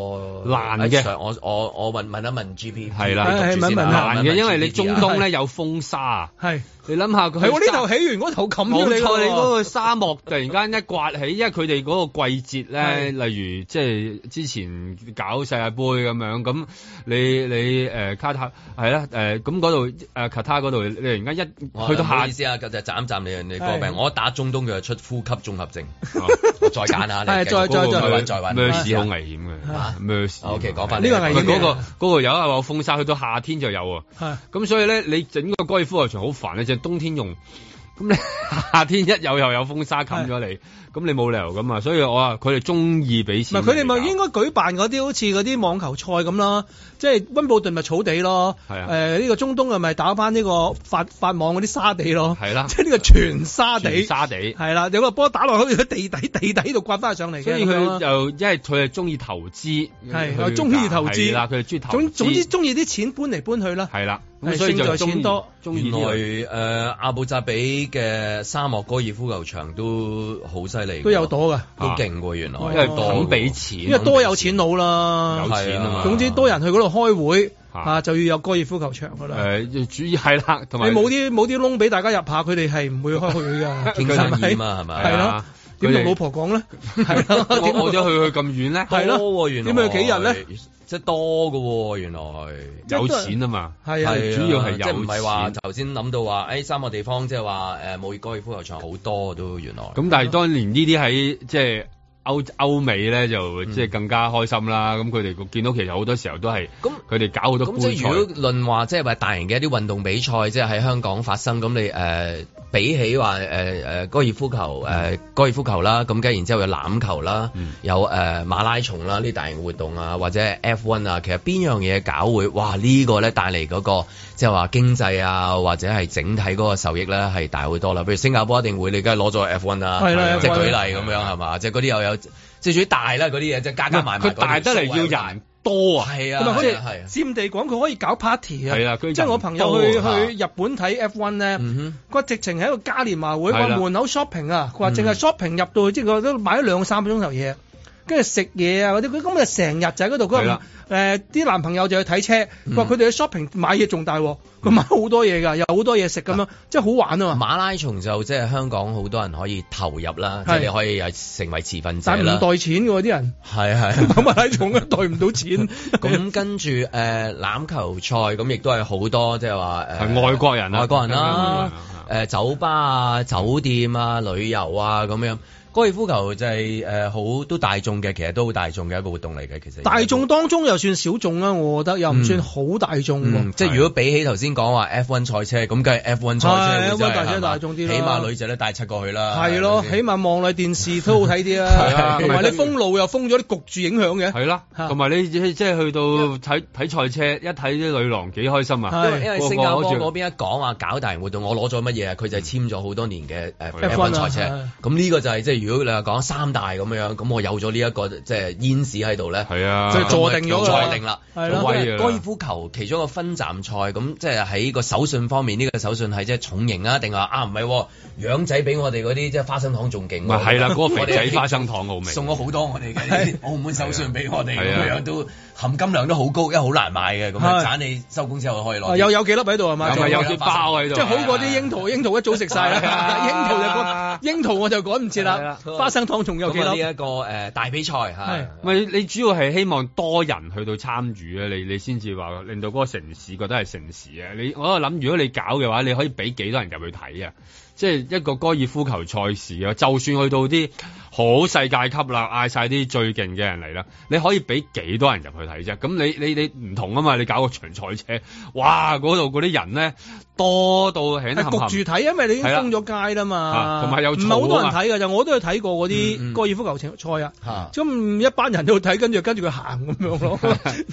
C: 爛嘅
B: 哎上我我我問問一問 G P，
C: 係啦
B: 你讀住先啊
D: 係
C: 難嘅，因為你中東
D: 係
C: 咧有風沙啊，
D: 係
C: 你諗下佢
D: 係我呢頭起完嗰頭冚
C: 冇
D: 咗你㗎
C: 錯，
D: 喎
C: 你嗰個沙漠突然間一刮起，因為佢哋嗰個季節咧，例如即係之前搞世界盃咁樣，咁你你誒、呃卡塔係啦，誒咁嗰度誒卡塔嗰度，你突然間一
B: 我
C: 去到
B: 唔好
C: 夏
B: 意思啊，就就斬一斬你你個
D: 係
B: 病，我一打中東佢就出呼吸綜合症，
C: 哦
B: 我再揀下
D: 係
B: 你繼
D: 啊再
B: 續，
D: 再
B: 再
D: 再
B: 揾再揾
C: m e r
B: 試
C: c
B: 下
C: 好危險
B: 啊
C: 嘅 m e r c
B: OK，講返
D: 呢個危險嘅
C: 嗰個嗰個有啊，話風沙去到夏天就有喎。
D: 係
C: 咁所以咧，你整個高爾夫球啊場好煩咧，就冬天用。咁你 夏天一有又有風沙冚咗你，咁你冇理由咁啊！所以我話佢哋中意俾
D: 唔係
C: 錢嚟搞。
D: 佢哋咪應該舉辦嗰啲好似嗰啲網球賽咁啦，即係温布頓咪草地咯，誒
C: 係
D: 呢、
C: 啊
D: 個中東係咪打翻呢個法法網嗰啲沙地咯，
C: 係啦
D: 即係呢個全沙地
C: 全，沙地。
D: 係啦，有個波打落去佢地底地底度刮翻上嚟嘅
C: 所以
D: 啊咁樣
C: 佢
D: 啦。
C: 就因為佢係中意投資，
D: 係
C: 佢
D: 佢中意投資
C: 係啦，佢係中意投資。
D: 總總之中意啲錢搬嚟搬去啦，
C: 係啦，
D: 係
C: 咁所以
D: 勝在
C: 就中
D: 錢
C: 意
D: 多
C: 中意
B: 原
C: 呢
B: 來
C: 類
B: 誒、呃阿布扎比嘅沙漠高爾夫球場都好犀利喎，
D: 都有朵㗎，
B: 都勁喎，原來啊
D: 因
C: 因為
D: 多
C: 肯俾
D: 哦因為
C: 錢，
D: 多有錢佬啦
C: 有。錢啊嘛。
D: 總之多人去嗰度開會
C: 嚇
D: 啊，就要有高爾夫球場㗎啦。
C: 誒，主要係啦，同
D: 你
C: 埋
D: 冇啲冇啲窿俾大家入下，佢哋係唔會開會㗎。
B: 傾生意 嘛係咪
D: 係咯
C: 啊。
D: 點同
C: 佢哋
D: 老 婆講咧？係咯，
C: 我
D: 點同
C: 我咗去去咁遠咧，
D: 係咯
B: 多喎，原來
D: 點解佢幾日咧？
B: 即係多嘅喎，原來。
C: 有錢啊嘛。
D: 係啊，
B: 係啊
C: 主要係有
B: 即係唔係話
C: 錢
B: 頭先諗到話，誒三個地方即係話誒冇高爾夫球場好多都原來。
C: 咁但係當然呢啲喺即係歐歐美咧，就
D: 嗯
C: 即係更加開心啦。咁佢哋見到其實好多時候都係
B: 咁
C: 佢哋搞好多
B: 咁即
C: 杯
B: 係
C: 賽。
B: 如果論話，即係話大型嘅一啲運動比賽，即係喺香港發生，咁你誒、呃比起話誒誒高爾夫球誒、呃高爾夫球啦，咁跟然之後有欖球啦，
C: 嗯
B: 有誒、呃、馬拉松啦，呢啲大型活動啊，或者 F1 啊，其實邊樣嘢搞會哇、呢個咧帶嚟嗰個即係話經濟啊，或者係整體嗰個受益咧係大好多啦。譬如新加坡一定會，你梗係攞咗 F1 啦，
D: 係啦
B: 即係舉
D: F1
B: 例咁樣係嘛，即係嗰啲又有即係最大啦嗰啲嘢，即係加加埋埋
C: 佢大得嚟要人多啊，
B: 係啊，
D: 同埋佢
B: 係啊係
D: 哋
B: 啊
D: 佔地廣，佢可以搞 party 啊！
C: 係啦佢
D: 即係我朋友去
B: 人多啊
D: 去日本睇 F1 咧，
B: 嗯哼
D: 佢直情喺一個嘉年華會，
C: 係
D: 話
C: 啦嗯
D: 門口 shopping 啊，佢話淨係 shopping 入到去，即係佢都買咗兩三個鐘頭嘢，跟住食嘢啊嗰啲，佢咁就成日就喺嗰度。佢
C: 係
D: 話
C: 啦嗯
D: 誒啲男朋友就去睇車，佢話佢哋去 shopping 買嘢仲大喎，佢買好多嘢㗎，有好多嘢食 咁樣，即係好玩啊嘛！
B: 馬拉松就即係香港好多人可以投入啦，即
D: 係
B: 係你可以係成為持份者
D: 但係唔
B: 啦。
D: 袋錢㗎喎 啲人，
B: 係係。
D: 咁啊，重嘅袋唔到錢。
B: 咁跟住誒欖球賽咁亦都係好多即係話誒
C: 係外國人啊
B: 外國人啦
C: 嗯嗯，
B: 誒酒吧啊、酒店啊、旅遊啊咁樣。高爾夫球就係誒好都大眾嘅，其實都好大眾嘅一個活動嚟嘅，其實。
D: 大眾當中又算小眾啦，我覺得又唔
C: 嗯
D: 算好大眾喎。
B: 嗯，即係如果比起頭先講話 F1 賽車，咁梗係 F1 賽車會真
D: 係 F1
B: 係
D: 大車
B: 係嘛
D: 大眾啲啦
B: 起碼女仔都帶七個去啦。
D: 係咯，
B: 咪
D: 起
B: 先
D: 碼望落去電視都好睇 啲
C: 係
D: 啦
C: 啊，
D: 同埋
C: 咪
D: 你封路又封咗，你焗住影響嘅。
C: 係啦，
D: 嚇
C: 同埋你即係即係去到睇睇賽車，一睇啲女郎幾開心啊！
D: 係
B: 因為因
C: 個
B: 為
C: 個
B: 新加坡
C: 好似
B: 嗰邊一講話搞大型活動，我攞咗乜嘢啊？佢就係簽咗好多年嘅誒
C: F1
B: F1 賽
D: 啊
B: 車。咁呢個就係即係如果你話講三大咁樣，咁我有咗呢一個即係煙屎喺度咧，
C: 係啊，
D: 即係坐定咗㗎啦
B: 坐定啦。
D: 係咯
B: 咁因為
C: 威啊
B: 高爾夫球其中一個分站賽，咁即係喺個手信方面，呢個手信係即係重型啊，定話啊唔係喎？樣仔俾我哋嗰啲即係花生糖仲勁喎。
C: 咪係啦，嗰個
B: 我
C: 肥
B: 哋有
C: 仔
B: 啲
C: 花生糖好味。
B: 送咗好多我哋嘅澳門手信俾我哋，
C: 啊係啊
B: 咁樣都含金量都好高，因為好難買嘅，咁樣
D: 係
B: 盞你收工之後可以
D: 啊
B: 攞。
D: 有有幾粒喺度係嘛？
C: 有咪有啲包喺度，
D: 即係好過啲櫻桃，櫻桃一早食晒
C: 係
D: 啦
C: 啊，
D: 櫻桃就趕櫻桃我就趕唔切
C: 係
D: 啦
C: 啦，
D: 花生糖仲有幾
B: 咁啊呢
D: 粒，
B: 一個誒大比賽
D: 係
B: 嚇，
C: 咪你主要係希望多人去到參與咧，你你先至話令到嗰個城市覺得係城市啊！你我喺度諗，如果你搞嘅話，你可以俾幾多人入去睇啊？即係一個高爾夫球賽事啊，就算去到啲好世界級啦，嗌晒啲最勁嘅人嚟啦，你可以俾幾多人入去睇啫？咁你你你唔同啊嘛！你搞個場賽車，哇！嗰度嗰啲人咧多到起
D: 係焗住睇，因為你已經封咗街啦嘛
C: 啊，同埋有
D: 唔
C: 嘈啊
D: 係
C: 嘛
D: 好多人睇㗎就我都有睇過嗰
B: 嗯嗯
D: 啲高爾夫球賽啊。
B: 嚇。
D: 咁一班人都睇，跟住跟住佢行咁樣咯，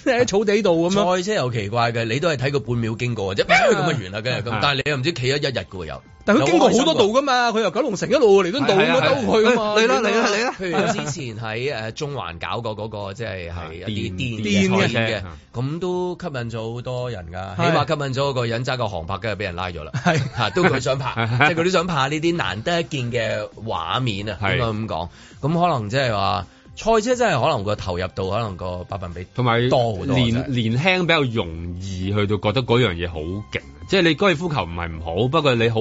D: 即係喺草地度咁樣。
B: 賽車又奇怪嘅，你都係睇個半秒經過嘅啫，咁啊完啦，跟住咁
C: 啊，
B: 但係你又唔知企咗一日嘅喎又。
D: 但佢經過好多
B: 有開 心
D: 度噶嘛，佢由九龍城一路嚟敦道
C: 係
D: 咁
C: 啊係
D: 樣
C: 啊
D: 兜佢噶嘛。
C: 嚟啦嚟啦嚟啦
B: 譬如之前喺誒中環搞過嗰個，即係係一
C: 電
B: 啲電
C: 電嘅
B: 嘅，咁都吸引咗好多人㗎。起
D: 係
B: 碼吸引咗個人揸個航拍，跟住俾人拉咗啦。
D: 係
B: 嚇，都佢想拍，即係佢都想拍呢啲難得一見嘅畫面啊，
C: 係
B: 應該咁講。咁可能即係話賽車真係可能個投入度可能個百分比
C: 同埋
B: 多好多
C: 年
B: 真係
C: 年輕比較容易去到覺得嗰樣嘢好勁，即係你高爾夫球唔係唔好，不過你好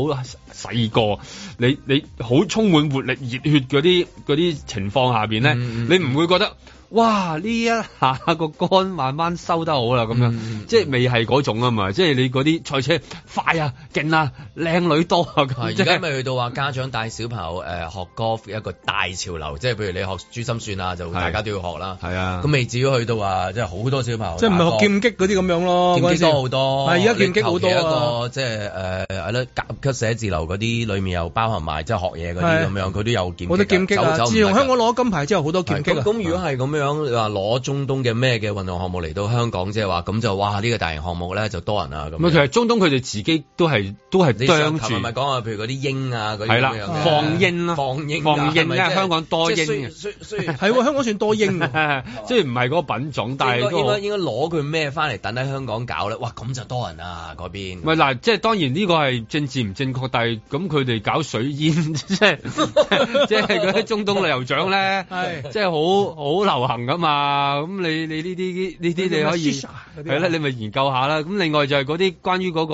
C: 細個，你你好充滿活力、熱血嗰啲嗰啲情況下邊咧，
B: 嗯嗯
C: 你唔會覺得哇呢一下 個杆慢慢收得好啦咁樣，
B: 嗯
C: 即係未係嗰種啊嘛，即係你嗰啲賽車快啊、勁啊、靚女多啊
B: 啊
C: 咁，
B: 而
C: 即
B: 家
C: 係
B: 咪去到話家長帶小朋友誒、呃、學 golf 一個大潮流，即係譬如你學珠心算啊，就
C: 係
B: 大家都要學啦。
C: 係啊
B: 咁。未至於去到話即係好多小朋友
D: 即係唔係
B: 打 golf
D: 學劍擊嗰啲咁樣咯？
B: 劍擊多好
D: 多。
B: 多，
D: 係而家劍擊好多啊
B: 你求其一個即係誒係咯，甲級寫字樓嗰啲裡面又包含埋即係學嘢嗰啲
D: 係
B: 咁樣，佢都有劍擊㗎。
D: 我哋劍擊
B: 走
D: 啊！
B: 走唔
D: 自從
B: 甩㗎
D: 香港攞金牌之後，好多劍擊
B: 咁
D: 啊。
B: 咁如果係咁樣，你話攞中東嘅咩嘅運動項目嚟到香港，即係話咁就哇呢個大型項目咧就多人啊咁
C: 咁其
B: 樣。
C: 實中東佢哋自己都係都係
B: 你
C: 啄住
B: 上頭係，咪講啊？譬如嗰啲鷹啊，嗰啲
C: 係啦
B: 咁樣嘅
C: 放鷹啦
B: 放鷹啊
C: 放鷹
B: 係咪
C: 啊
B: 即係
C: 香港多
B: 即係
C: 鷹嘅
B: 雖雖雖
D: 係喎，香港算多英喎。
C: 即係唔係嗰個品種，但係
B: 應該
C: 嗰
B: 應
C: 個
B: 該應該攞佢咩翻嚟等喺香港搞咧？哇，咁就多人啊嗰邊。
C: 唔係嗱，即係當然呢個係政治唔正確，但係咁佢哋搞水煙， 即係即係嗰啲中東旅遊獎 咧，
D: 係
C: 即係好好流行噶嘛。咁你你呢啲呢啲
D: 你
C: 你可以
D: 咪 shisha 嗰啲啊
C: 係啦，你咪研究下啦。咁另外就係嗰啲關於嗰、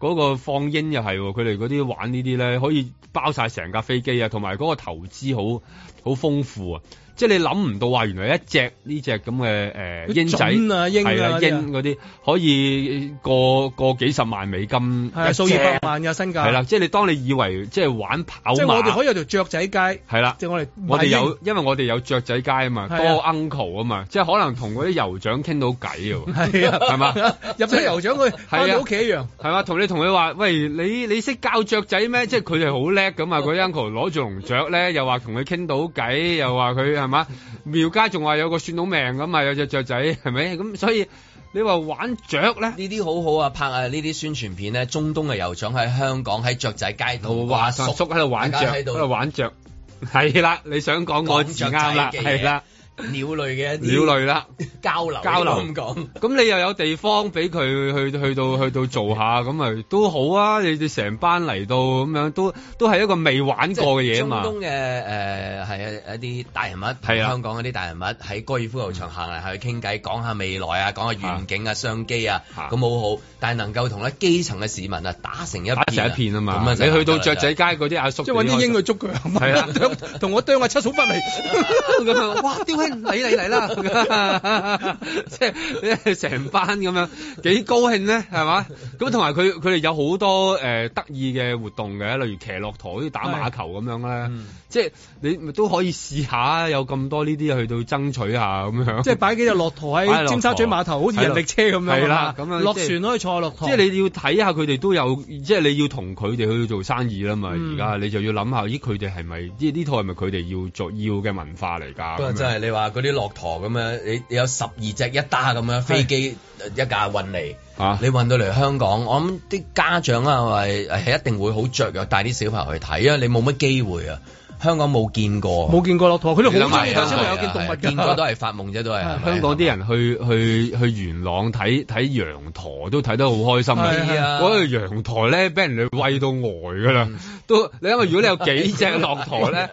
C: 個嗰、個放煙又係喎，佢哋嗰啲玩呢啲咧，可以包晒成架飛機啊，同埋嗰個投資好好豐富啊。即係你諗唔到話，原來一隻呢隻咁嘅誒
D: 啲
C: 鷹仔
D: 準啊鷹啊
C: 係啦
D: 嗰啲啊
C: 鷹嗰啲可以呃過過幾十萬美金
D: 係啊，
C: 一
D: 數以
C: 隻
D: 百萬嘅身價。
C: 係啦，，即係你當你以為即係玩跑
D: 即係我哋可
C: 馬，
D: 以有條雀仔街，
C: 係啦，
D: 即係我哋
C: 我哋
D: 買
C: 有，因為我哋有雀仔街啊嘛，
D: 係
C: 多
D: 啊
C: uncle 啊嘛，即係可能同嗰啲酋長傾到偈 喎，
D: 鷹係啊，
C: 係嘛
D: 入咗酋長佢翻
C: 係
D: 到
C: 啊
D: 屋企一樣。
C: 係嘛？同你同佢話，喂，你你識教雀仔咩？即係佢哋好叻咁 啊！嗰啲 uncle 攞住籠雀咧，又話同佢傾到偈，又話佢係嘛？廟街仲話有個算到命咁啊，有隻雀仔係咪？咁所以你話玩雀咧，
B: 呢啲好好啊，拍啊呢啲宣傳片咧，中東嘅酋長喺香港喺雀仔街度
C: 話
B: 話
C: 叔
B: 叔
C: 叔喺度玩雀，
B: 大家喺
C: 喺
B: 度
C: 度玩雀，係啦，你想講個字啱啦，
B: 講雀仔嘅嘢
C: 係啦，
B: 鳥類嘅一
C: 鳥
B: 啲
C: 類啦。
B: 交流
C: 交流
B: 應該咁講。
C: 咁你又有地方俾佢去去到去到做下，咁咪都好啊！你哋成班嚟到咁樣，都都係一個未玩過嘅嘢啊嘛。
B: 中東嘅誒係啊一啲大人物，
C: 係啊嗯
B: 香港嗰啲大人物喺高爾夫球場行嚟行去傾偈，講下未來啊，講下願景啊、商機啊，
C: 啊
B: 咁好好。但係能夠同咧基層嘅市民啊打成一片
C: 打成一片啊嘛！
B: 咁
C: 你去到雀仔
B: 街
C: 街嗰啲阿叔，
D: 即係揾啲鷹去捉佢，
C: 係啊
D: 同我啄下七嫂不嚟，
C: 咁樣， 哇！雕兄，你嚟嚟啦！ 即係成班咁樣，幾高興咧，係嘛？咁同埋佢佢哋有好多誒、呃得意嘅活動嘅，例如騎駱駝、好似打馬球咁樣咧，
B: 嗯
C: 即係你咪都可以試下，有咁多呢啲去到爭取下咁樣。
D: 即係擺幾隻駱駝喺尖沙咀碼頭，好似人力車咁樣啊嘛。
C: 係啦咁樣
D: 落
C: 即係
D: 船可以坐下駱駝。
C: 即係你要睇下佢哋都有，即係你要同佢哋去做生意啦嘛。而
D: 嗯
C: 家、你就要諗下，咦佢哋係咪呢呢套係咪佢哋要做要嘅文化嚟㗎？
B: 不
C: 咁樣
B: 過啊真係你話嗰啲駱駝咁樣，你你有十二隻一打咁樣飛機呃一架運嚟，
C: 啊
B: 你運到嚟香港，我諗啲家長啊，係係一定會好雀躍帶啲小朋友去睇啊！你冇乜機會啊，香港冇見過。啊
D: 冇見過駱駝，佢哋好中意
C: 兩
D: 帶
C: 米
D: 小朋友見動物
B: 係
D: 嘅。
B: 啊見過都係發夢啫，都 係。係咪
C: 香港啲人去去去元朗睇睇羊駝都睇得好開心
B: 係啊嗯
C: 嗰個羊駝咧，俾人哋喂到呆㗎啦，都你諗下，如果你有幾隻駱駝 咧，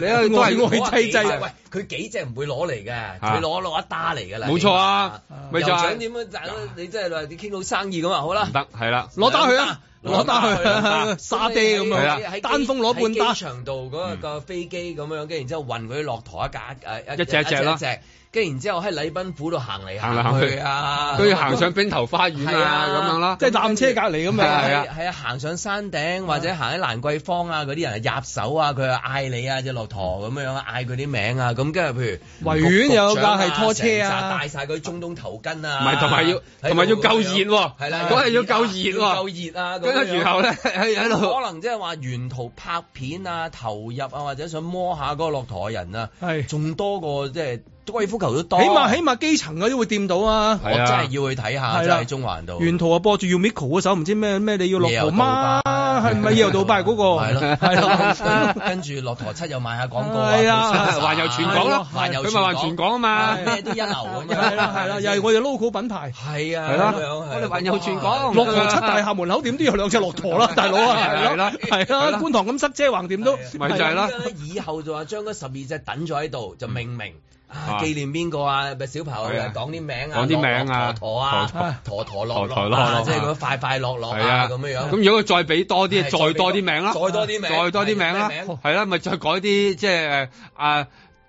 C: 你有都係
D: 呆呆呆滯滯
B: 喂，佢幾隻唔會攞嚟嘅，佢攞攞一打嚟㗎啦。
C: 冇錯啊
B: 你明白
C: 咪就
B: 酋
C: 係
B: 長點樣賺啊？你真係話你傾到生意咁啊，好啦
C: 唔。得，係啦，
D: 攞打佢啊！攞打佢
B: 攞打
D: 啊！沙爹咁
C: 係啦，
D: 樣單峰攞半打
B: 喺機。場度
C: 嗯
B: 嗰個飛機咁樣，跟住然之後運佢落台一架誒
C: 一隻一隻啦
B: 隻，跟住然之後喺禮賓府度行嚟
C: 行嚟行去
B: 去啊，
C: 佢要行上冰頭花園
B: 係
C: 啊
B: 啊
C: 咁樣啦，
D: 即係纜車隔離咁
B: 係
D: 樣。
C: 係
B: 啊
C: 啊
B: 係啊，行上山頂或者行喺蘭桂坊啊，嗰啲人入手啊，佢又嗌你啊，只駱駝咁樣嗌佢啲名啊，咁跟住譬如
D: 維園有架係拖車啊
B: 局長成紮戴晒嗰啲中東頭巾啊，
C: 唔係同埋要同埋要夠熱喎
B: 係啦，
C: 嗰日要
B: 熱啊
C: 夠熱喎
B: 要夠熱啊，咁
C: 跟住
B: 樣
C: 然後咧喺喺度
B: 可。能即係話沿途拍片啊、投入啊，或者想摸下嗰個駱駝嘅人啊，
D: 係
B: 仲多過即係高爾夫球都多。
D: 起碼起碼基層嗰啲會掂到啊！
B: 我
C: 係
B: 真
C: 啊
B: 係要去睇下，
D: 係
B: 真
D: 啦
B: 係中環度。
D: 沿途啊播住 Umiko 嗰首唔知咩咩你要落
B: 夜遊
D: 河
B: 杜拜
D: 嗎？係咪夜遊杜拜嗰個？
B: 係咯，
D: 係
B: 係咯，
D: 咯。
B: 跟住駱駝七又賣下廣告
D: 係 啊
C: 環遊全港啦，
B: 環遊
C: 佢咪話全港啊嘛，
D: 係
B: 咩都一流咁樣。
D: 係啦係啦，又係我哋 logo 品牌。
B: 係啊，
C: 係啦
B: 咁樣係啊
C: 我哋環遊全港
D: 駱駝七大廈門口點都有兩隻駱駝啦，大佬啊，係
C: 係啦
D: 啦，係
C: 係
D: 啦
C: 啦，
D: 觀塘咁塞車橫掂都
C: 咪就係啦
B: 咁樣啊以後就話將嗰十二隻等咗喺度，就命名。啊！
C: 啊
B: 紀念邊個啊？咪小朋友
C: 係啊
B: 講啲名啊，
C: 講啲名啊
B: 陀陀啊，陀陀落落
C: 陀
B: 啊，
C: 陀落落啊
B: 即係咁快快樂樂
C: 係
B: 啊
C: 啊，
B: 咁樣樣。
C: 咁如果佢再俾多啲，
B: 係
C: 再多啲名啦，
B: 再多啲名
C: 再多啲名啦
B: 係咩名，
C: 係啦，咪再改啲即係誒啊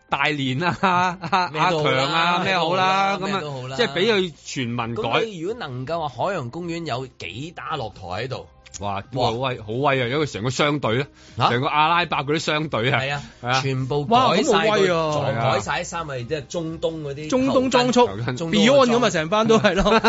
C: 大連啊、 啊
B: 咩
C: 阿
B: 都好啦
C: 強啊咩好啦，
B: 咩
C: 咁
B: 都好
C: 啊
B: 啦
C: 即係俾佢全民
B: 咁
C: 改，
B: 你如果能夠話海洋公園有幾打落台喺度，
C: 哇，都好威好威啊！因為成個商隊咧，
B: 啊
C: 成個阿拉伯嗰啲商隊啊，
B: 係
C: 係啊
B: 啊，全部
D: 哇
B: 改晒
D: 咁好威啊
B: 個
C: 係啊
B: 改晒衫咪即係中東嗰啲
D: 中東裝
B: 頭
D: 束
B: 巾
C: 頭巾
B: 中東嘅
D: Beyond
B: 裝啊
D: 咁啊，成班都係 咯。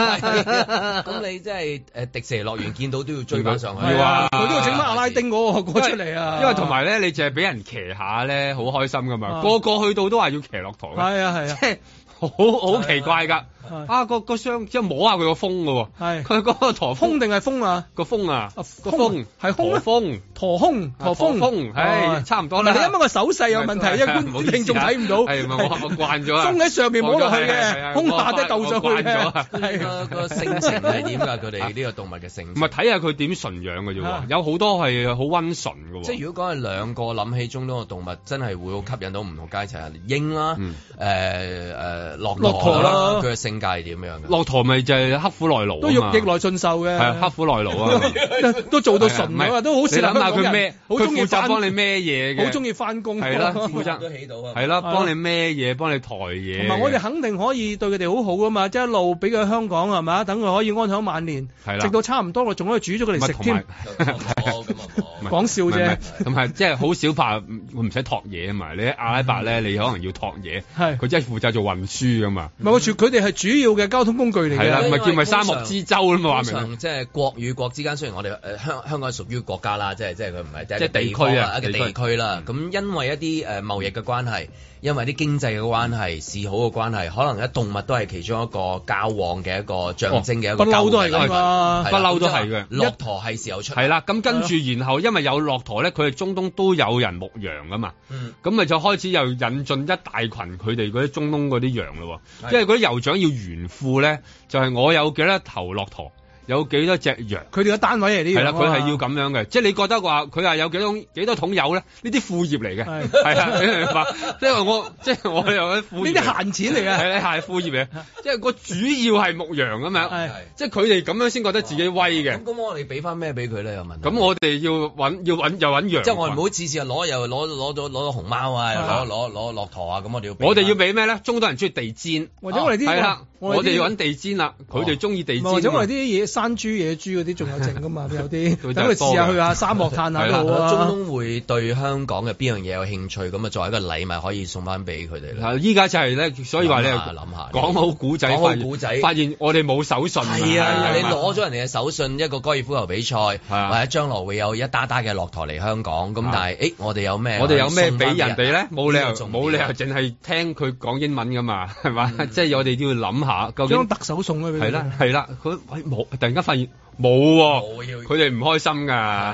B: 咁你即係誒迪士尼樂園見到都要追翻上去，
C: 要啊
D: 佢都要整翻阿拉丁嗰個歌出嚟啊！
C: 因為同埋咧，你淨係俾人騎下咧，好開心噶嘛，
D: 啊
C: 個個去到都話要騎駱駝嘅，
D: 係啊係
C: 即
D: 啊
C: 係好好奇怪㗎。
D: 係
C: 啊，個個商即係摸下佢個風㗎喎，
D: 係
C: 佢嗰個駝峰
D: 空定係風啊？
C: 個風啊，
D: 啊
C: 個
D: 空
C: 風
D: 係空咩啊
C: 駝峰。
D: 駝空
C: 啊
D: 駝峰
C: 駝峰唉
D: 哦
C: 差唔多啦
D: 你啱啱個手勢有 問題，因為
C: 唔好
D: 觀
C: 意思啊
D: 聽眾睇唔到。
C: 係 咪我我慣咗啊
D: 風喺上面摸落去
C: 我慣咗係係
D: 嘅，
C: 係
D: 空下都
C: 我慣
D: 夠上去
C: 我慣 咗啊
D: 嘅。
B: 個個性情係點㗎？佢 哋呢個動物嘅性
C: 唔
B: 情
C: 係。睇下佢點馴養嘅啫
D: 啊哎
C: 喎，有好多係好溫順嘅喎。
B: 即係如果講係兩個諗起中東嘅動物，真係會好吸引到唔同階層人，鷹啦，
C: 嗯
B: 誒誒駱
D: 駱
B: 駝
D: 駝
B: 啦
D: 啦，
B: 佢嘅性格係點樣嘅？
C: 駱駝咪就係刻苦耐勞
D: 都
C: 啊嘛
D: 肉逆來順受嘅，
C: 係刻苦耐勞啊 嘛。
D: 都都做到純
C: 係
D: 啊
C: 唔係
D: 嘛，都好
C: 你
D: 似
C: 諗下佢
D: 咩
C: 咩，，
D: 好中意
C: 佢負責
D: 翻
C: 幫你咩嘢嘅，
D: 好中意翻工。
C: 係啦
D: 同
C: 負責
B: 都起到啊！
C: 係啦，幫你咩嘢，幫你抬嘢嘅。
D: 埋我哋肯定可以對佢哋好好噶嘛，即係一路俾佢香港係嘛，等佢可以安享晚年，
C: 係啦
D: 直到差唔多啦，仲可以煮咗佢
C: 唔
D: 嚟
C: 係
D: 食
C: 同埋
D: 添。
B: 哦咁啊
C: 唔係
D: 講笑
C: 唔係唔
D: 啫，
C: 係同埋即係好少怕唔使托嘢啊嘛。你喺阿拉伯咧，你可能要托嘢，
D: 係
C: 佢真係負責做運輸噶嘛。
D: 唔係我住佢哋係主要嘅交通工具嚟
C: 係啦，
D: 嘅。
C: 咪叫咪沙漠之舟咁嘛，話
B: 通
C: 明啊啦。
B: 常即係國與國之間，雖然我哋誒香香港係屬於國家啦，即係即係佢唔係即
C: 即係地區啊
B: 方一個
C: 地區嗯
B: 地區啦。咁因為一啲誒貿易嘅關係，因為啲經濟嘅關
C: 嗯
B: 係、市好嘅關係，可能一動物都係其中一個交往嘅一個象徵嘅一
C: 哦
B: 個
D: 不嬲都係
B: 交
D: 咁
B: 往
D: 啊
B: 係啦
C: 不嬲都係嘅
B: 咁即話駱駝係時候出嚟
C: 係啦，咁跟住然後因為有駱駝咧，佢哋中東都有人牧羊噶嘛，
B: 嗯
C: 咁咪就開始又引進一大群佢哋嗰啲中東嗰啲羊咯
B: 係
C: 喎，因為嗰啲酋長要炫富咧，就係、我有幾多頭駱駝，有幾多隻羊。
D: 佢哋嘅單位嚟呢
C: 係
D: 樣啊
C: 啦，
D: 嘛
C: 佢係要咁樣嘅，即係你覺得話佢話有幾多幾多桶油咧？呢啲副業嚟嘅，
D: 係
C: 係啊，你明白？ 即係我即係我有啲副業嚟
D: 呢啲閒錢嚟嘅
C: 係啦，係副業嚟嘅，即係個主要係牧羊咁樣，
D: 係
B: 係
C: 即係佢哋咁樣先覺得自己威嘅
B: 咁。咁我哋俾翻咩俾佢咧？有問題。
C: 咁我哋要揾要揾又揾羊，
B: 即係我哋唔好次次又攞又攞攞咗攞咗熊貓啊，又攞
C: 啊
B: 攞攞駱駝啊，咁我哋要
C: 我哋要
B: 俾
C: 俾咩咧？中東人中意地氈，
D: 或者我哋啲
C: 啊係啦，
D: 我
C: 我
D: 哋
C: 哋
D: 啲
C: 要揾地氈啦，佢哋中意地氈
D: 唔係
C: 啊嘛。
D: 或者我哋啲野山豬、野豬嗰啲仲有剩 噶嘛，有
C: 佢
D: 啲
C: 哋
D: 等佢試下
C: 多嘅
D: 去下沙漠嘆下
C: 係
D: 都
B: 翻
D: 好
B: 啊
D: 啊。
B: 中東會對香港嘅邊樣嘢有興趣，咁啊作為一個禮物可以送翻俾佢哋啦。
C: 嗱，依家就係咧，所以話咧，
B: 諗下諗下
C: 講好古仔，
B: 講好
C: 發現
B: 古仔
C: 發現我哋冇手信。
B: 係啊，你
C: 係嘛
B: 攞咗人哋嘅手信一個高爾夫球比賽，
C: 啊
B: 或者將來會有一打打嘅駱駝嚟香港。咁
C: 啊
B: 但係，誒，我哋有咩？
C: 我哋有咩俾人哋咧
B: 呢？
C: 冇理由
B: 呢個重點
C: 冇理由淨係聽佢講英文噶嘛， 係嘛？即係我哋都要諗下究
D: 將
C: 竟
D: 特首送咗俾佢。
C: 係啦係啦，佢喂冇突然間發現冇
B: 冇
C: 喎，
B: 要
C: 佢哋唔開心㗎，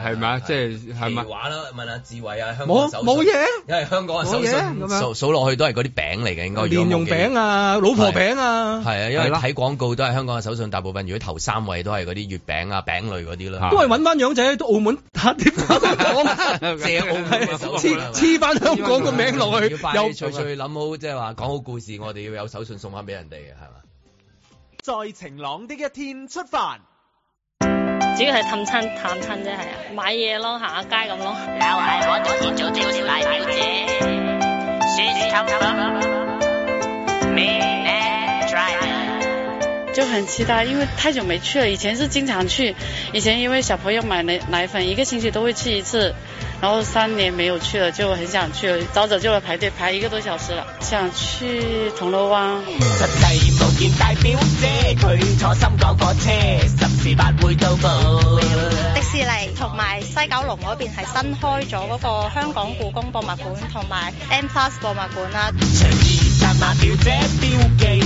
C: 係咪啊？即係係咪
B: 奇？話啦，問下志偉啊，香港
D: 冇
B: 手信
D: 冇嘢，
B: 因為香港嘅手
D: 冇嘢咁
B: 信
D: 樣
B: 數數落去都係嗰啲餅嚟嘅，應該
D: 蓮蓉餅。啊，老婆餅
B: 係
D: 啊，
B: 啊，因
C: 係
B: 為
C: 啦
B: 睇廣告都係香港嘅手信，大部分如果頭三位都係嗰啲月餅啊、餅類嗰啲啦
C: 嚇。
D: 都係揾翻樣仔喺澳門打電話嚟 講，
B: 借澳門嘅手信
D: 黐黐翻香港個名落去，
B: 啊要快
D: 有
B: 啲脆脆諗好，即係話講好故事，我哋要有手信送翻俾人哋啊嘅，係嘛？
E: 在晴朗的一天出發。
H: 主要係氹親探親啫，係啊，買嘢咯，行下街咁咯。就很期待，因为太久没去了。以前是经常去，以前因为小朋友买奶奶粉，一个星期都会去一次，然后三年没有去了，就很想去了。早早就来排队排一个多小时了，想去铜锣湾。
I: 實際冇見大表姐，佢坐深港個車，十時八會到埗。
J: 迪士尼同埋西九龍嗰邊係新開咗嗰個香港故宮博物館同埋 M Plus 博物館啦。
I: 隨意摘馬表姐標記，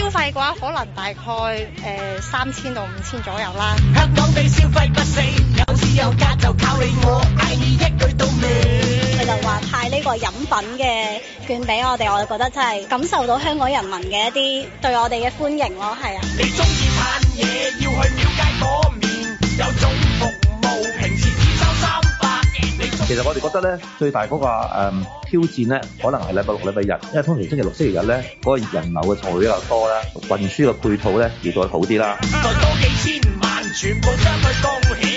J: 消費嘅話，可能大概誒三千到五千左右啦。
I: 香港地消費不死，有市有價就靠你我，嗌你一句到尾。
J: 佢就話派呢個飲品嘅券俾我哋，我就覺得真係感受到香港人民嘅一啲對我哋嘅歡迎咯，係啊。
I: 你中意嘆嘢，要去廟街嗰面，有種服務，平時只收三百。你中
K: 其實我哋覺得咧，最大嗰個誒挑戰咧，可能係禮拜六、禮拜日，因為通常星期六、星期日咧，嗰、個人流嘅就會比較多啦，運輸嘅配套咧要再好啲啦。
I: 再多幾千萬，全部將佢恭喜。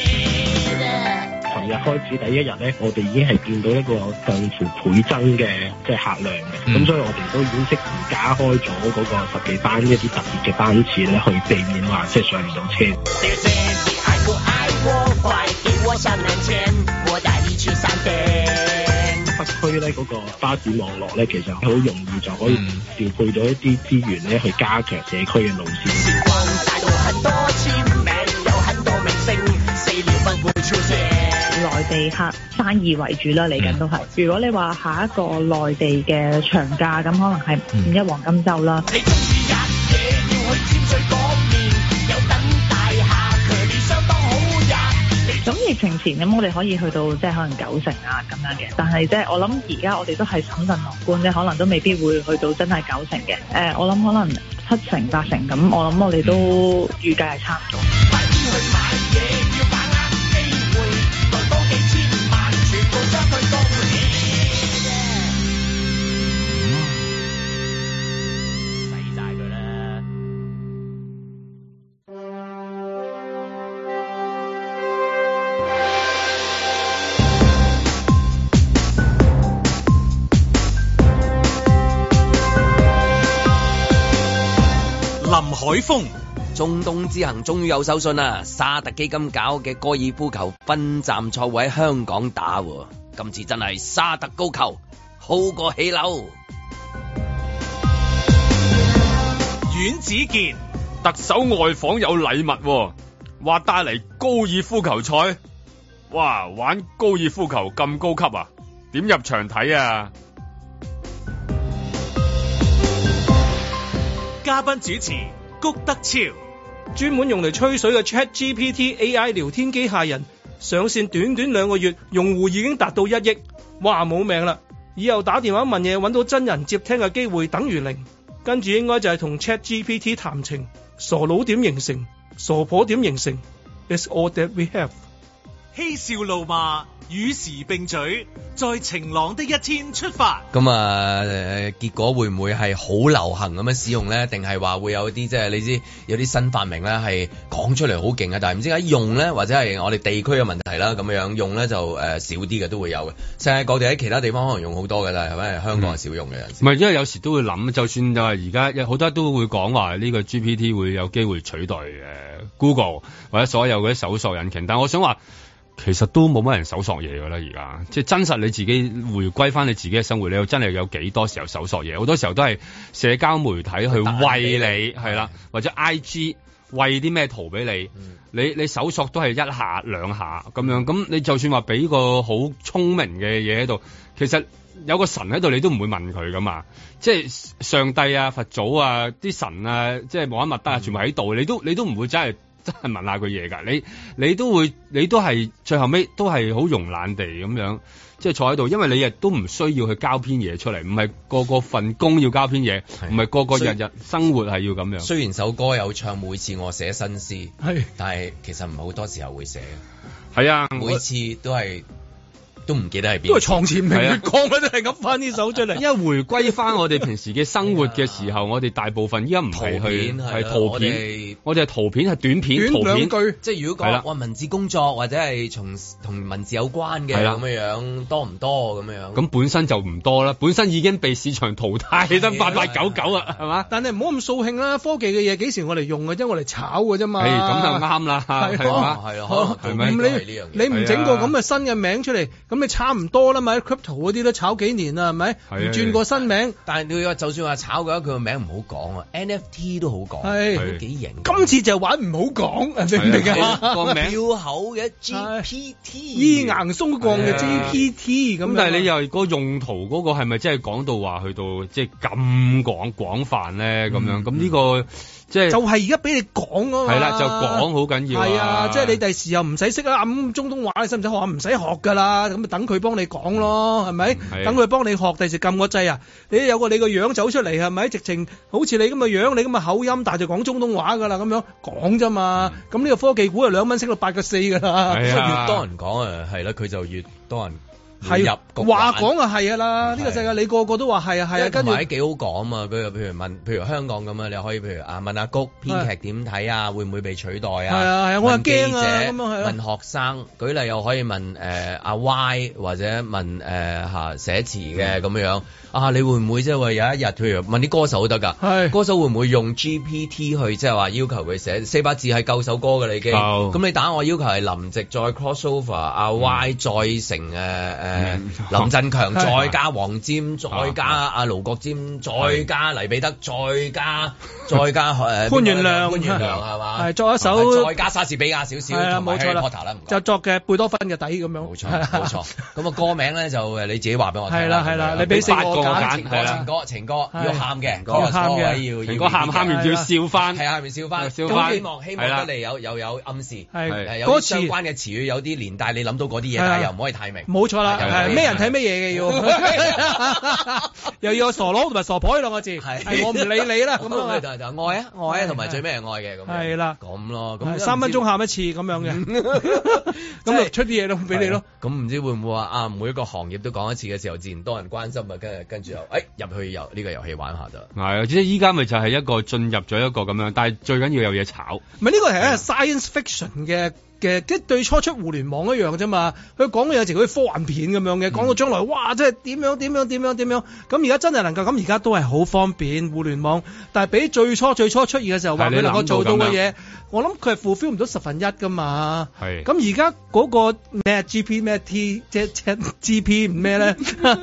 J: 啊
K: 琴日開始第一日咧，我哋已經係見到一個近乎倍增嘅即係客量嘅，咁、所以我哋都已經即時加開咗嗰個十幾班一啲特別嘅班次咧，去避免話即係上唔到車。
I: 表姐，你愛不愛我？快給我上南天，我帶你去山頂。
K: 北區咧嗰個巴士網絡咧，其實好容易就可以調配到一啲資源咧，去加強社區嘅路線。
I: 星光大道很多簽名，有很多明星，死了不會超正。
J: 內地客生意為主啦，嚟
I: 嗯
J: 緊都係。如果你話下一個內地嘅長假，咁可能係五一黃金周啦。
I: 嗯你中意日嘢，要去尖水嗰面，有等大廈，佢哋相當好人。
J: 咁疫情前咁，我哋可以去到即係可能九成啊咁樣嘅，但係即係我諗而家我哋都係審慎樂觀啫，可能都未必會去到真係九成嘅。誒、我諗可能七成八成咁，我諗我哋都
I: 嗯
J: 預計係差唔多。
I: 快啲去買嘢，要把握機會，來多幾千萬，全部將佢恭喜。洗晒佢啦！
A: 林海峰、
B: 中東之行終於有手信啦！沙特基金搞嘅高爾夫球分站賽會喺香港打喎，今次真係沙特高球好過起樓。
A: 阮子健、
C: 特首外訪有禮物喎、話帶嚟高爾夫球賽。哇！玩高爾夫球咁高級啊？點入場睇啊？
A: 嘉賓主持谷德超、
D: 專門用嚟吹水嘅 ChatGPT AI 聊天機械人上線短短兩個月，用戶已經達到一億，哇冇命啦！以後打電話問嘢揾到真人接聽嘅機會等於零，跟住應該就係同 ChatGPT 談情，傻佬點形成，傻婆點形成，It's all that we have。
A: 嬉笑怒罵，與時並舉，在晴朗的一天出發。
B: 咁啊，誒結果會唔會係好流行咁樣使用咧？定係話會有啲即係你知有啲新發明咧係講出嚟好勁啊，但係唔知點解用咧，或者係我哋地區嘅問題啦，咁樣用咧就誒、少啲嘅都會有嘅。世界各地喺其他地方可能用好多嘅，但係反而香港係少用嘅有陣時
C: 唔係，因為有時都會諗，就算就係而家有好多都會講話呢個 GPT 會有機會取代誒、呃 Google 或者所有嗰啲搜索引擎，但我想話其實都冇乜人搜索嘢㗎啦，而家即係真實你自己回歸翻你自己嘅生活，你又真係有幾多時候搜索嘢？好多時候都係社交媒體去餵你係啦，或者 IG。喂啲咩圖俾你，你你搜索都係一下兩下咁樣，咁你就算話俾個好聰明嘅嘢喺度，其實有個神喺度，你都唔會問佢噶嘛。即
B: 嗯
C: 係上帝啊、佛祖啊、啲神啊、即係穆罕默德啊，全部喺度，你都你都唔會真係真係問下佢嘢㗎。你你都會你都係最後尾都係好慵懶地咁樣，即係坐喺度，因為你亦都唔需要去交篇嘢出嚟，唔係個個份工要交篇嘢，唔係個個日日生活係要咁樣。
B: 雖然首歌有唱每次我寫新詩，
C: 係
B: 但係其實唔係好多時候會寫
C: 嘅。係啊，
B: 每次都係都唔記得係邊，
D: 都係床前明
C: 係
D: 月
C: 啊
D: 光啊，都係咁翻呢首出嚟。
C: 因為回歸翻我哋平時嘅生活嘅時候，我哋大部分依家唔係去
B: 圖片係啊
C: 係圖
B: 我哋
C: 片，我哋係圖片係短片，圖片
B: 即係如果
C: 係啦
B: 講話文字工作或者係從同文字有關嘅
C: 係啦
B: 咁樣樣多唔多咁樣樣？哦
C: 咁本身就唔多啦，本身已經被市場淘汰得八八九九啊，係嘛？
D: 但係唔好咁掃興啦，科技嘅嘢幾時我哋用嘅啫，我嚟炒嘅啫嘛。
C: 誒哎咁就啱啦，
D: 係
C: 係嘛？
B: 係
D: 啊
B: 咯
D: 哦
B: 可能
C: 係咪
D: 唔你你唔整個咁嘅新嘅名出嚟，咁你差唔多啦咪？crypto 嗰啲都炒幾年啦，係咪？
B: 啊
D: 唔轉個新名，
C: 啊
B: 但係你話就算話炒嘅話，佢個名唔好講啊，NFT 都好講，啊
D: 係
B: 都幾型。
D: 今次就玩唔好講，明唔明啊？
B: 標口嘅
D: E
B: GPT，
D: 硬鬆降嘅 GPT 咁樣
C: 啊咁
D: 啊。
C: 但係你又嗰個用途嗰個係咪真係講到話去到即係咁廣廣泛咧咁樣？咁呢個即係
D: 就係而家俾你講啊嘛。
C: 係啦就講好緊
B: 哎
C: 要啊
D: 係啊，即係你第時又唔使識啦，咁中東話你使唔使學啊？唔使學㗎啦，咁咪等佢幫你講咯，係咪？
C: 係
D: 等佢幫你學，第時撳個掣啊！你有個你個樣走出嚟係咪？直情好似你咁嘅樣，你咁嘅口音，但係就講中東話㗎啦，咁樣講啫嘛。
B: 嗯
D: 咁呢個科技股啊，兩蚊升到八個四㗎啦。
B: 越多人講啊，係啦，佢就越多人
D: 係
B: 入局
D: 話
B: 玩
D: 講啊係啊啦，呢個世界你個個都話係啊係啊，跟
B: 跟
D: 住
B: 住幾好講啊嘛，譬如譬如問，譬如香港咁啊，你可以譬如啊問阿谷編劇點睇啊，會唔會被取代啊？
D: 係啊係啊我又
B: 問記者
D: 驚啊咁啊係啊
B: 問學生，舉例又可以問誒阿 Y 或者問誒嚇寫詞
D: 嗯
B: 嘅咁樣啊，你會唔會即係話有一日譬如問啲歌手都得
D: 哎
B: 㗎？歌手會唔會用 GPT 去即係話要求佢寫四把字係夠首歌㗎啦已經？
C: 夠
B: 咁你打我要求係林夕再 crossover 阿
D: 嗯
B: Y 再成誒誒林 振強再加黃霑再加
D: 啊
B: 阿盧國沾再加黎彼得再加 再加 呃誒
D: 潘元亮
B: 潘元亮 係嘛？啊
D: 係作一首
B: 再加莎士比亞少少，
D: 係啊
B: 同埋
D: 冇錯
B: Harry
D: 啦
B: Potter 啦，唔該。
D: 就作嘅貝多芬嘅底咁樣。冇
B: 錯 冇錯，咁啊歌名咧就誒你自己話俾我聽。
D: 係啦係啦，你俾四個我揀，
B: 情歌情歌情歌要喊嘅，
D: 要喊嘅
B: 要
C: 情歌喊喊完要笑翻，
B: 係啊，喊完笑翻，
C: 笑
B: 咁
C: 翻
B: 希望希望得嚟有又有暗示，係有
D: 歌詞
B: 啲相關嘅詞語，有啲連帶你諗到嗰啲嘢，
D: 係啊
B: 但係又唔可以太明。
D: 冇錯啦，
B: 係
D: 係
B: 係
D: 咩人睇咩嘢嘅要，又要有傻佬同埋傻婆呢兩個字，係我唔理你 啦咁
B: 就
D: 啊，
B: 就就愛啊愛啊，同埋最尾係愛嘅咁樣。
D: 係啦
B: 咁咯，咁
D: 係三分鐘喊一次 咁樣嘅，咁就出啲嘢咯俾你咯。
B: 啊咁唔知會唔會話啊？每一個行業都講一次嘅時候，自然多人關心啊，跟住跟住又誒入去遊呢個遊戲玩下就。
C: 係啊，即係依家咪就係一個進入咗一個咁樣，但係最緊要有嘢炒。
D: 唔係呢個係一個 science fiction 嘅嘅，即係對初出互聯網一樣啫嘛。佢講嘅有時好似科幻片咁樣嘅，講到將來哇，即係點樣點樣點樣點樣。咁而家真係能夠咁，而家都係好方便互聯網。但係比最初最初出現嘅時候話
C: 但係你
D: 佢能夠做到
C: 諗到
D: 嘅
C: 咁樣
D: 嘢，我諗佢係 fulfill 唔到十分一㗎嘛。
C: 係
D: 咁而家嗰個咩 GP 咩啊 T 即即 GP 唔咩咧？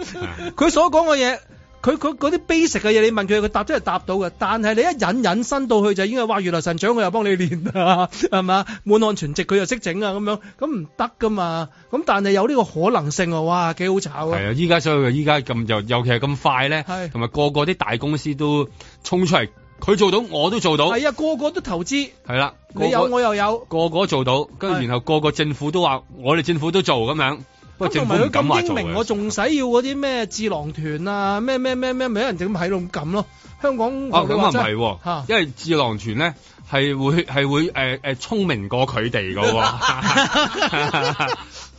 D: 佢所講嘅嘢。佢佢嗰啲 basic 嘅嘢，你問佢，佢答真係答到嘅。但係你一引引申到去就已經係哇，原來神掌佢又幫你練啊， 係嘛？滿漢全席佢又識整啊，咁樣咁唔得噶嘛。咁但係有呢個可能性喎，哇，幾好炒啊！
C: 係啊，依家所以依家咁又尤其係咁快咧，
D: 係
C: 同埋個個啲大公司都衝出嚟，佢做到我都做到，
D: 係啊，個個都投資，
C: 係啦，
D: 你有我又有。
C: 個個做到，跟住
D: 係
C: 然後個個政府都話我哋政府都做咁樣，不過
D: 咁
C: 政府
D: 同埋佢
C: 唔敢話
D: 咁英
C: 做
D: 明，我
C: 嘅。
D: 仲使要嗰啲咩智囊團啊，咩咩咩咩，咪有人就咁喺度撳咯。香港
C: 哦，咁啊
D: 啊
C: 唔係喎，因為智囊團咧係會係會誒誒聰明過佢哋嘅喎，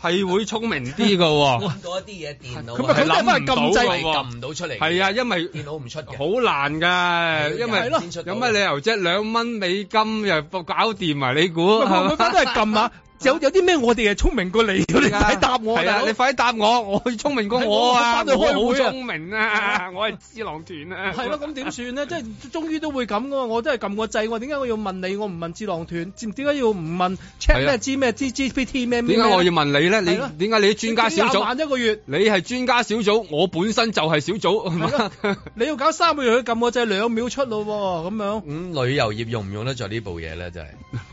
C: 係會聰明啲嘅喎。
B: 嗰啲嘢電腦
C: 哦咁啊佢都係翻去撳掣
B: 係撳唔到出嚟。
C: 係啊，因為
B: 電腦唔出嘅。
C: 好難㗎，因為
B: 係咯先出到
C: 有乜理由啫？兩蚊美金又搞掂埋你 估
D: 唔
C: 係
D: 係
C: 啊
D: 唔
C: 嘛
D: 係翻都係撳 下，有有啲咩我哋係聰明過 你，你快答我
C: 係
D: 大
C: 啊！
D: 佬
C: 你快啲答我，我聰明過我啊！
D: 係我翻去開會啊
C: 我好聰明啊！我係智囊團啊！
D: 係咯，咁點算咧？即係終於都會咁噶嘛，我都係撳個掣，我點解我要問你？我唔問智囊團，知唔點解要唔問 check
C: 係
D: 咩
C: 啊
D: 知咩知 GPT 咩咩？
C: 點解我要問你咧？你
D: 係咯
C: 點解你啲專家小
D: 幾廿萬
C: 組？
D: 一個月，
C: 你係專家小組，我本身就係小組，係嘛？
D: 你要 搞三個月去撳個掣，兩秒出咯喎，咁樣。
B: 咁旅遊業用唔用得着呢部嘢咧？真係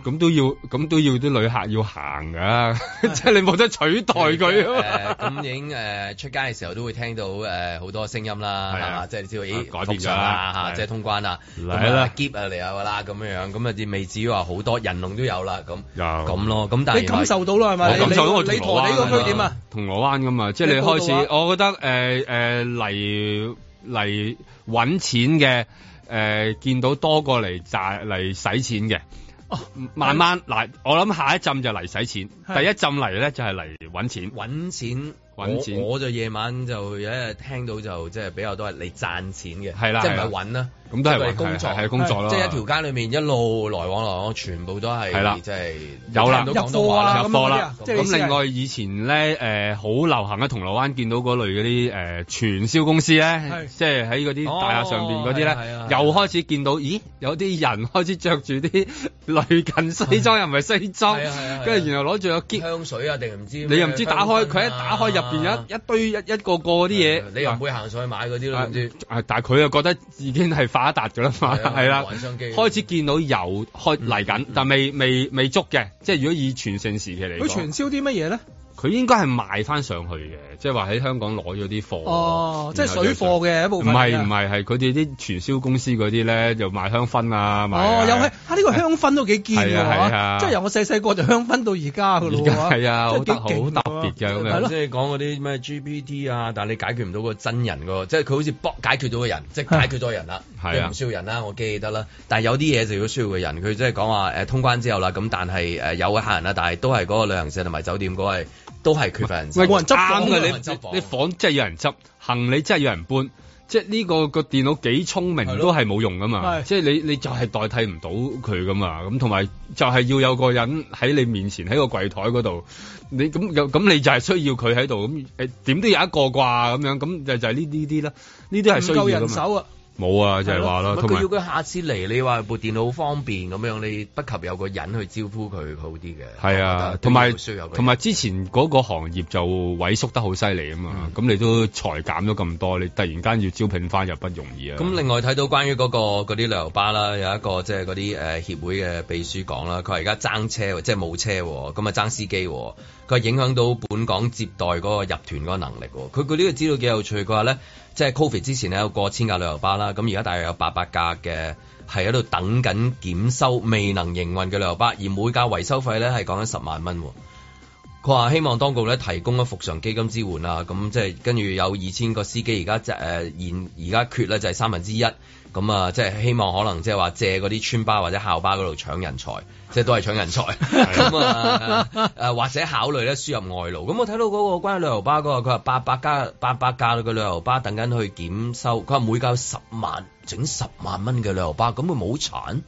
C: 咁都要咁都要啲旅客要行㗎， 即係你冇得取代佢
B: 誒
C: 啊嘛。
B: 呃咁已經誒出街嘅時候都會聽到誒好多聲音啦，
C: 係啊
B: 係嘛？即係你知道，咦，
C: 改變
B: 復
C: 咗
B: 常啦
C: 啦
B: 嚇，
C: 係
B: 即係通關啦，
C: 嚟啦
B: ，keep 啊嚟啊啦咁樣樣，咁啊啲未至於話好多人龍都有啦，咁咁咯，咁但係
D: 你感受到啦係咪？
C: 我哦感受到我
D: 啊你
C: 銅鑼
D: 你陀地
C: 灣
D: 個區點啊
C: 啊？？銅鑼灣咁啊，即係你開始，
D: 你報道
C: 我覺得誒誒嚟嚟揾錢嘅誒、呃，見到多過嚟賺嚟使錢嘅。慢慢嗱，我諗下一浸就嚟使錢，第一浸嚟咧就係嚟揾錢，
B: 揾錢
C: 揾錢
B: 我我就夜晚就有一日聽到就即係比較多係你賺錢嘅，
C: 係啦
B: 即係唔係
C: 係啦
B: 揾啦，
C: 咁都係
B: 即
C: 揾
B: 佢工作，
C: 係係係工作啦
B: 即係一條街裏面一路來往來往，全部都係
C: 係啦
B: 即係
C: 嗯有啦，
B: 聽到廣東話啦，
C: 入貨啦。
B: 啊即係你
C: 咁另外以前咧，誒好流行喺銅鑼灣見到嗰類嗰啲誒傳銷公司咧，即係喺嗰啲大廈上邊嗰啲咧
B: 哦係啊，係啊
C: 又開始見到，咦有啲人開始着住啲類近西裝又唔係西裝
B: 係啊係啊係啊，
C: 跟住然後攞住個結
B: 香水啊定唔知
C: 你又唔知打開
B: 啊
C: 佢一打開入邊
B: 邊
C: 有一一堆一一個個嗰啲嘢，
B: 啊你又唔會行上去買嗰啲咯，
C: 啊
B: 唔知
C: 啊但係佢又覺得已經係發達㗎啦嘛，
B: 係 啊
C: 係啦
B: 玩相機，
C: 開始見到有開嚟緊，但未未未捉嘅，即係如果以全盛時期嚟
D: 佢
C: 講。
D: 傳銷啲乜嘢咧？
C: 佢應該係賣翻上去嘅，即係話喺香港攞咗啲貨。
D: 哦即係
C: 然後就
D: 水貨嘅一部
C: 唔
D: 分嚟啊
C: 係
D: 㗎
C: 唔係，係佢哋啲傳銷公司嗰啲咧，就賣香薰啊，賣
D: 哦，又係啊！呢個香薰都幾堅㗎
C: 係啊係
D: 喎，
C: 啊
D: 即係由我細細個就香薰到而家㗎
C: 而
D: 咯
C: 家
D: 喎，
C: 係啊，
D: 真
C: 好
D: 幾
C: 得好特
D: 勁㗎喎
C: 別嘅咁
B: 係咯，
C: 樣
B: 即。係講嗰啲咩 GPT 啊，但係你解決唔到個真人個，即係佢好似幫解決到個人，即係解決咗人啦，
C: 係啊
B: 即係唔需要人啦，我記得啦。但係有啲嘢就要需要個人，佢即係講話誒通關之後啦，咁但係誒有嘅客人啦，但係都係嗰個旅行社同埋酒店嗰個係都係缺乏人手，
C: 喂，啱
B: 嘅
C: 嘅，啊你你房真係有人執，行李真係有人搬。即係呢個個電腦幾聰明都係冇用噶嘛，即係你你就係代替唔到佢噶嘛，咁同埋就係要有個人喺你面前喺個櫃台嗰度，你咁有咁你就係需要佢喺度，咁誒點都有一個啩咁樣，咁就就係呢呢啲啦，呢啲係需
D: 唔
C: 要
D: 夠
C: 㗎嘛
D: 人手啊！
C: 冇啊，就係話啦，
B: 唔係
C: 同
B: 佢
C: 埋
B: 要佢下次嚟，你話部電腦好方便咁樣，你不及有個人去招呼佢好啲嘅。
C: 係啊，同埋同埋之前嗰個行業就萎縮得好犀利啊嘛，
B: 嗯
C: 咁你都裁減咗咁多，你突然間要招聘翻又不容易啊。
B: 咁另外睇到關於嗰、個嗰啲旅遊巴啦，有一個即係嗰啲誒協會嘅秘書講啦，佢話而家爭車喎，即係冇車喎，咁啊爭司機喎，佢話影響到本港接待嗰個入團嗰個能力喎。佢佢呢個資料幾有趣，佢話咧，即係 Covid 之前咧有過千架旅遊巴啦，咁而家大約有八百架嘅。係喺度等緊檢修未能營運嘅旅遊巴，而每架維修費咧係講緊十萬蚊喎。佢話希望當局咧提供咗復常基金支援啊，咁即係跟住有二千個司機而家即誒現而家缺咧就係三分之一，咁啊即係希望可能即係話借嗰啲村巴或者校巴嗰度搶人才，即係都係搶人才，咁啊誒或者考慮咧輸入外勞。咁我睇到嗰個關於旅遊巴嗰個，佢話八百架八百架嘅旅遊巴等緊去檢修，佢話每架十萬整十萬蚊嘅旅遊巴，咁佢冇殘。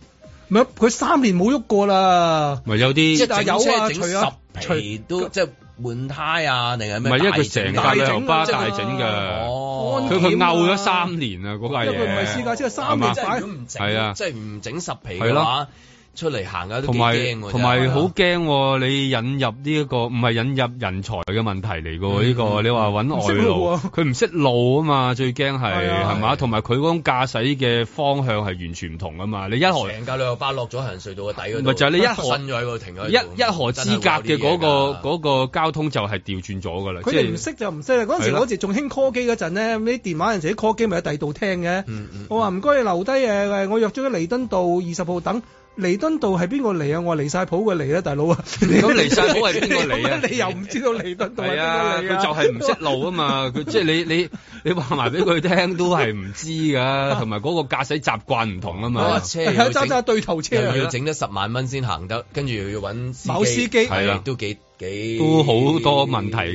D: 唔係佢三年冇喐過啦，
C: 咪有啲
D: 即係有啊，
B: 整
D: 除
B: 十
D: 啊，
B: 皮都即係換胎啊，定係
C: 唔
B: 咩？
C: 係因為佢成架旅遊巴
B: 大
C: 大
B: 整
C: 整嘅，
B: 哦
C: 佢佢漚咗三年啊嗰架
B: 因為佢唔
C: 嘢，
B: 係私
D: 家車
B: 三
D: 三
B: 年
D: 年
B: 即係
C: 係
B: 如果唔整，
C: 啊
B: 即係唔整十皮
C: 係
B: 嘅
C: 咯
B: 話，出嚟行啊下都
C: 同
B: 幾
C: 埋
B: 驚喎。
C: 同埋
B: 真係啊
C: 好驚喎，你引入呢一個唔係引入人才嘅問題嚟嘅喎，呢個你話揾
B: 嗯唔識
C: 外
B: 路
C: 勞
B: 啊，
C: 佢唔識路啊嘛，最驚
B: 係
C: 係
B: 啊
C: 係嘛，同埋佢嗰種駕駛嘅方向係完全唔同啊嘛，你一河
B: 成架旅遊巴落咗行人隧道嘅底嗰度，
C: 咪就係你一河
B: 伸咗喺個停喺度
C: 一一河之隔嘅嗰、個嗰、個交通就係調轉咗㗎啦，
D: 佢
C: 即
D: 哋唔
C: 係
D: 識就唔識啦。嗰陣時
C: 係啦
D: 我哋仲興 call 機嗰陣咧，咁啲電話有陣時啲 call 機咪喺第二度聽
C: 嗯
D: 嘅。我話唔該你留低誒誒，我約咗喺彌敦道二十號等。彌敦道係邊個嚟啊？我話離晒譜嘅嚟啦，大佬啊！
C: 咁離晒譜係邊個嚟啊
D: 你又唔知道彌敦道係邊
C: 係
D: 個
C: 啊，佢
D: 嚟啊？
C: 就係唔識路啊嘛！ 佢即係你你你話埋俾佢聽都係唔知㗎，同埋嗰個駕駛習慣唔同啊
D: 哦
C: 嘛。
B: 車又要整
D: 揸揸對頭車啊
B: 又要整得十萬蚊先行得，跟住又要揾
D: 某司機
C: 係啦
B: 啊都幾幾
C: 都好多問題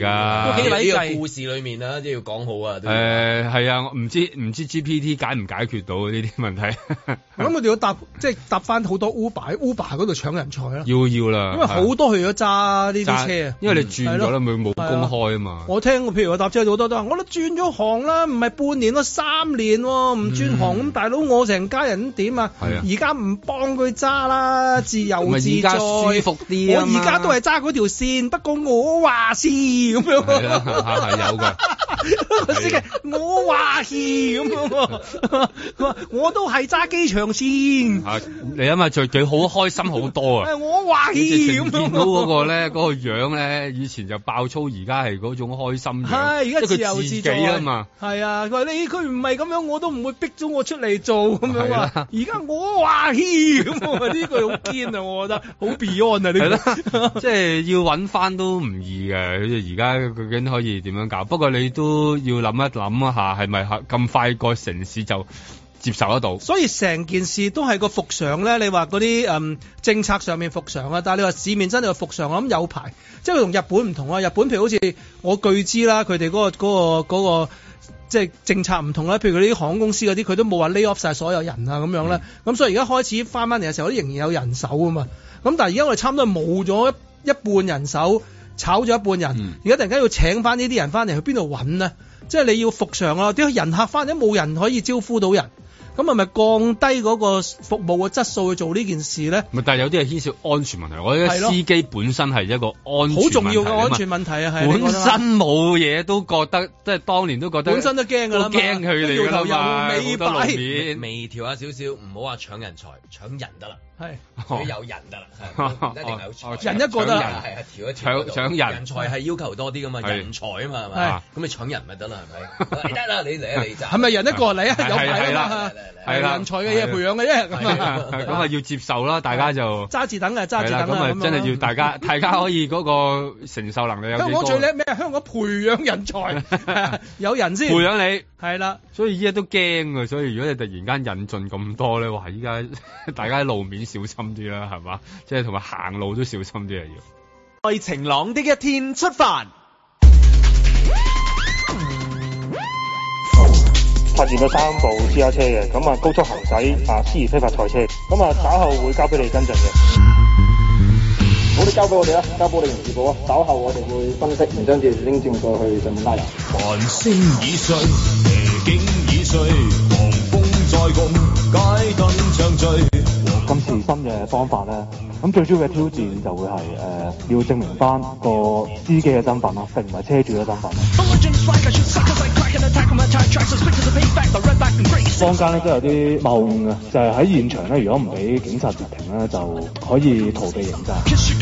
B: 都幾
C: 㗎。
B: 呢個故事裏面啦，都要講好啊。都要
C: 誒係啊，我唔知唔知 GPT 解唔解決到呢啲問題，
D: 我諗佢哋要搭即係搭翻好多 Uber 喺 Uber 嗰度搶人才啦。
C: 要要啦。
D: 因為好多去咗揸呢啲車
C: 揸
D: 啊，
C: 因為你轉咗啦，
D: 嗯
C: 咪冇
D: 係啊
C: 公開啊嘛。
D: 我聽過，譬如我搭車好多都話，我都轉咗行啦，唔係半年咯，三年喎、唔轉行咁、大佬我成家人點啊？
C: 嗯係啊
D: 而家唔幫佢揸啦，自由
C: 咪
D: 自
C: 而
D: 在，
C: 家舒服啲啊
D: 我而家
C: 嘛
D: 都係揸嗰條線，先，不過我話事咁樣。
C: 係啦係係有㗎。啊
D: 即係我話事咁樣喎。 佢話我都係揸機場線。
C: 啊！你諗下，最佢好開心好多啊！
D: 誒我話事
C: 你直
D: 咁
C: 情
D: 樣。
C: 見到嗰個咧，嗰、個樣咧，以前就爆粗，而家係嗰種開心樣，
D: 係，而家
C: 即
D: 自
C: 係佢
D: 由
C: 自
D: 自
C: 己
D: 在
C: 啊 嘛。。
D: 係啊，佢話你佢唔係咁樣，我都唔會逼咗我出嚟做咁樣
C: 係啦
D: 啊。而家我話嘻咁啊，呢句好堅啊，我覺得好 beyond 啊呢
C: 係
D: 個
C: 啦。，即係要揾翻都唔易嘅。而家究竟可以點樣搞？不過你都要諗一諗一下，係咪咁快個城市就接受得到？
D: 所以成件事都係個復常咧，你話嗰啲嗯政策上面復常啊，但係你話市面真係有復常，我諗有排，即係佢同日本唔同啊。日本譬如好似我據知啦，佢哋嗰個嗰、個嗰、個即係政策唔同啦，譬如佢啲航空公司嗰啲，佢都冇話 lay off 晒所有人啊咁樣啦。咁、所以而家開始翻翻嚟嘅時候，都仍然有人手啊嘛。咁但係而家我哋差唔多冇咗一一半人手，炒咗一半人，而家、突然間要請翻呢啲人翻嚟，去邊度揾咧？即係你要復常啊！點解人客翻嚟都冇人可以招呼到人？咁係咪降低嗰個服務嘅質素去做呢件事咧？
C: 咪但係有啲係牽涉安全問題，我覺得
D: 係咯
C: 司機本身係一個安全
D: 好重要嘅
C: 問題啊嘛
D: 安全問題啊，係
C: 本身冇嘢都覺得，即係當年都覺得
D: 本身都驚㗎啦嘛
C: 都驚佢哋㗎啦嘛，
D: 都搖頭
C: 好多
D: 又
C: 路
D: 尾
C: 面
B: 微調下少少，唔好話搶人才，搶人得啦。
D: 係
B: 佢有人 得啦，係唔一定係有
C: 哦
B: 才
C: 人一個得啦
B: 係啊，調一調
C: 搶
B: 嗰度
C: 搶人
B: 人才係要求多啲噶嘛，
C: 係
B: 人才啊嘛，
C: 係
B: 係咪？咁你搶人咪得啦，係咪？你 得啦，你嚟啊，你咋？
D: 係咪人一個嚟
C: 係
D: 啊？有排
C: 係
D: 啊
C: 啦
D: 嘛，
C: 係啦
D: 人才嘅嘢培養嘅啫 咁
C: 係啊
D: 啊，
C: 咁啊要接受啦，大家就
D: 揸住等啊，揸
C: 係
D: 住
C: 啦，咁
D: 等啊，
C: 啊
D: 咁
C: 真係要大 家大家可以嗰個承受能力有
D: 香
C: 幾
D: 港
C: 高，啊
D: 最叻咩？香港培養人 才，有人先
C: 培養你。
D: 係啦。
C: 所以依家都驚㗎，所以如果你突然間引進咁多咧，哇！依家 大家喺路面小心啲啦，係嘛？即係同埋行路都小心啲啊，要。
E: 在晴朗的一天出發。
L: 發現咗三部私家車嘅，咁啊高速行駛啊，私而非法賽車，咁啊稍後會交俾你跟進嘅。
M: 好，你交俾我哋啦，交俾我哋刑事部啊。稍後我哋會分析，然之後跟住拎證過去上面拉人。
I: 寒星已碎，夜景已碎，狂風再共，街燈唱醉。
L: 今次新嘅方法咧，咁最主要嘅挑戰就會係誒、呃要證明翻個司機嘅身份咯，並唔係車主嘅身份。坊間咧都有啲謬誤嘅，就係、喺現場咧，如果唔俾警察截停咧，就可以逃避刑責。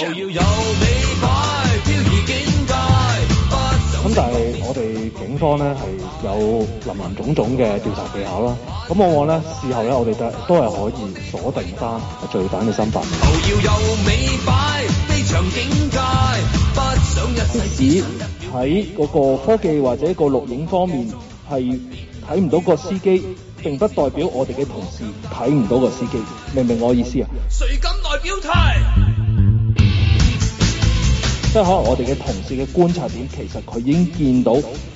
I: 就要有尾擺，漂移境界。
L: 咁但係我哋警方咧係有林林種種嘅調查技巧啦，咁往往咧事後咧我哋都都係可以鎖定翻罪犯嘅身份。
I: 就要有尾擺，非常境界，不想一世。
M: 即使喺嗰個科技或者個錄影方面係睇唔到個司機，並不代表我哋嘅同事睇唔到個司機，明唔明我意思啊？
I: 誰敢來表態？
M: 即係可能我哋嘅同事嘅觀察點，其實佢已經見到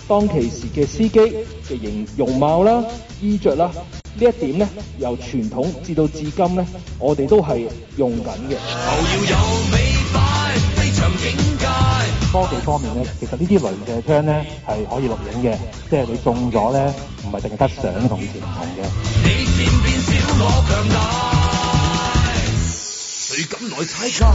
M: 當其時嘅司機嘅形容貌啦、衣着啦，呢一點呢，由傳統至到至今呢，我哋都係用緊嘅。
I: 就要有尾擺，非常境界。
L: 科技方面咧，其實呢啲雷射槍咧係可以錄影嘅，即係你中咗咧，唔係淨係得相同以前唔同嘅。
I: 你善變小我強大，誰敢來猜測？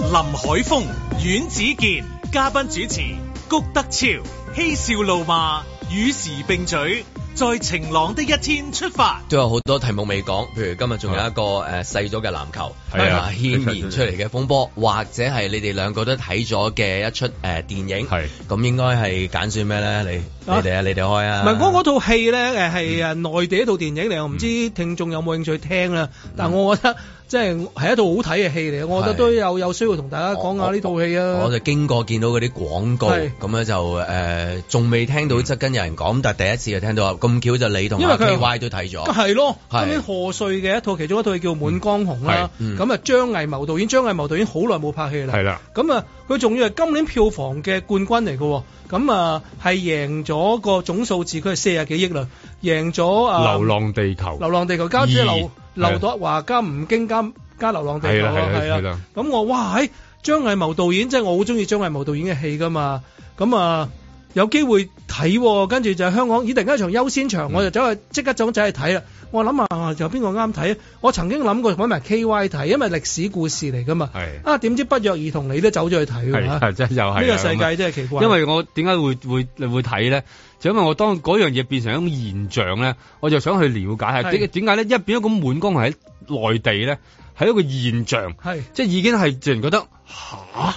A: 林海峰、阮子健，嘉賓主持谷德超，嬉笑怒罵，與時並舉，在晴朗的一天出發。
B: 都有好多題目未講，譬如今日仲有一個
D: 啊
B: 誒細咗嘅籃球，
A: 係啊
B: 牽連出嚟嘅風波，或者係你哋兩個都睇咗嘅一出誒電影，係咁應該係揀選咩咧？你你哋啊，你哋開
D: 唔係
B: 啊，
D: 我嗰套戲咧，誒係誒內地一套電影嚟，我唔知聽眾有冇興趣聽啦。但我覺得即係係一套好睇嘅戲嚟嘅，我覺得
B: 係
D: 都有有需要同大家講下呢套戲啊。
B: 我就經過見到嗰啲廣告，
D: 係
B: 咁樣就誒，仲、未聽到側跟有人講，但係第一次就聽到啊，咁巧就你同
D: 因為
B: 阿
D: 佢
B: K Y 都睇咗，
D: 係咯，
B: 係
D: 今年賀歲嘅一套，其中一套戲叫《滿江紅》啦。
B: 嗯係嗯
D: 咁啊，張藝謀導演，張藝謀導演好耐冇拍戲啦。
B: 係啦。
D: 咁啊，佢仲要係今年票房嘅冠軍嚟嘅喎。咁啊，係贏咗個總數字，佢係四十幾億啦，贏咗啊
C: 流浪地球，
D: 流浪地球》加即係劉
C: 二
D: 劉德華加吳京加加《流浪地球》
C: 啊係啦
D: 咯，
C: 係啦
D: 係
C: 係
D: 啦
C: 啦。
D: 咁我哇，喺張藝謀導演，即係我好中意張藝謀導演嘅戲噶嘛。咁啊，有機會睇喎，跟住就係香港，咦！突然間一場優先
C: 嗯
D: 場，我就走去即刻走走去睇啦。我諗下啊有邊個啱睇？我曾經諗過揾埋 K Y 睇，因為歷史故事嚟噶嘛。
C: 係
D: 啊，點知不約而同你都走咗去睇
C: 係
D: 喎
C: 係真係又係
D: 呢個
C: 啊
D: 世
C: 咁
D: 界
C: 啊
D: 真係奇怪。
C: 因為我點解會會會睇咧？就因為我當嗰樣嘢變成一種現象咧，我就想去了解下
D: 係
C: 點點解咧？一變咗咁滿江紅喺內地咧，係一個現象，
D: 係
C: 即係已經係自然覺得吓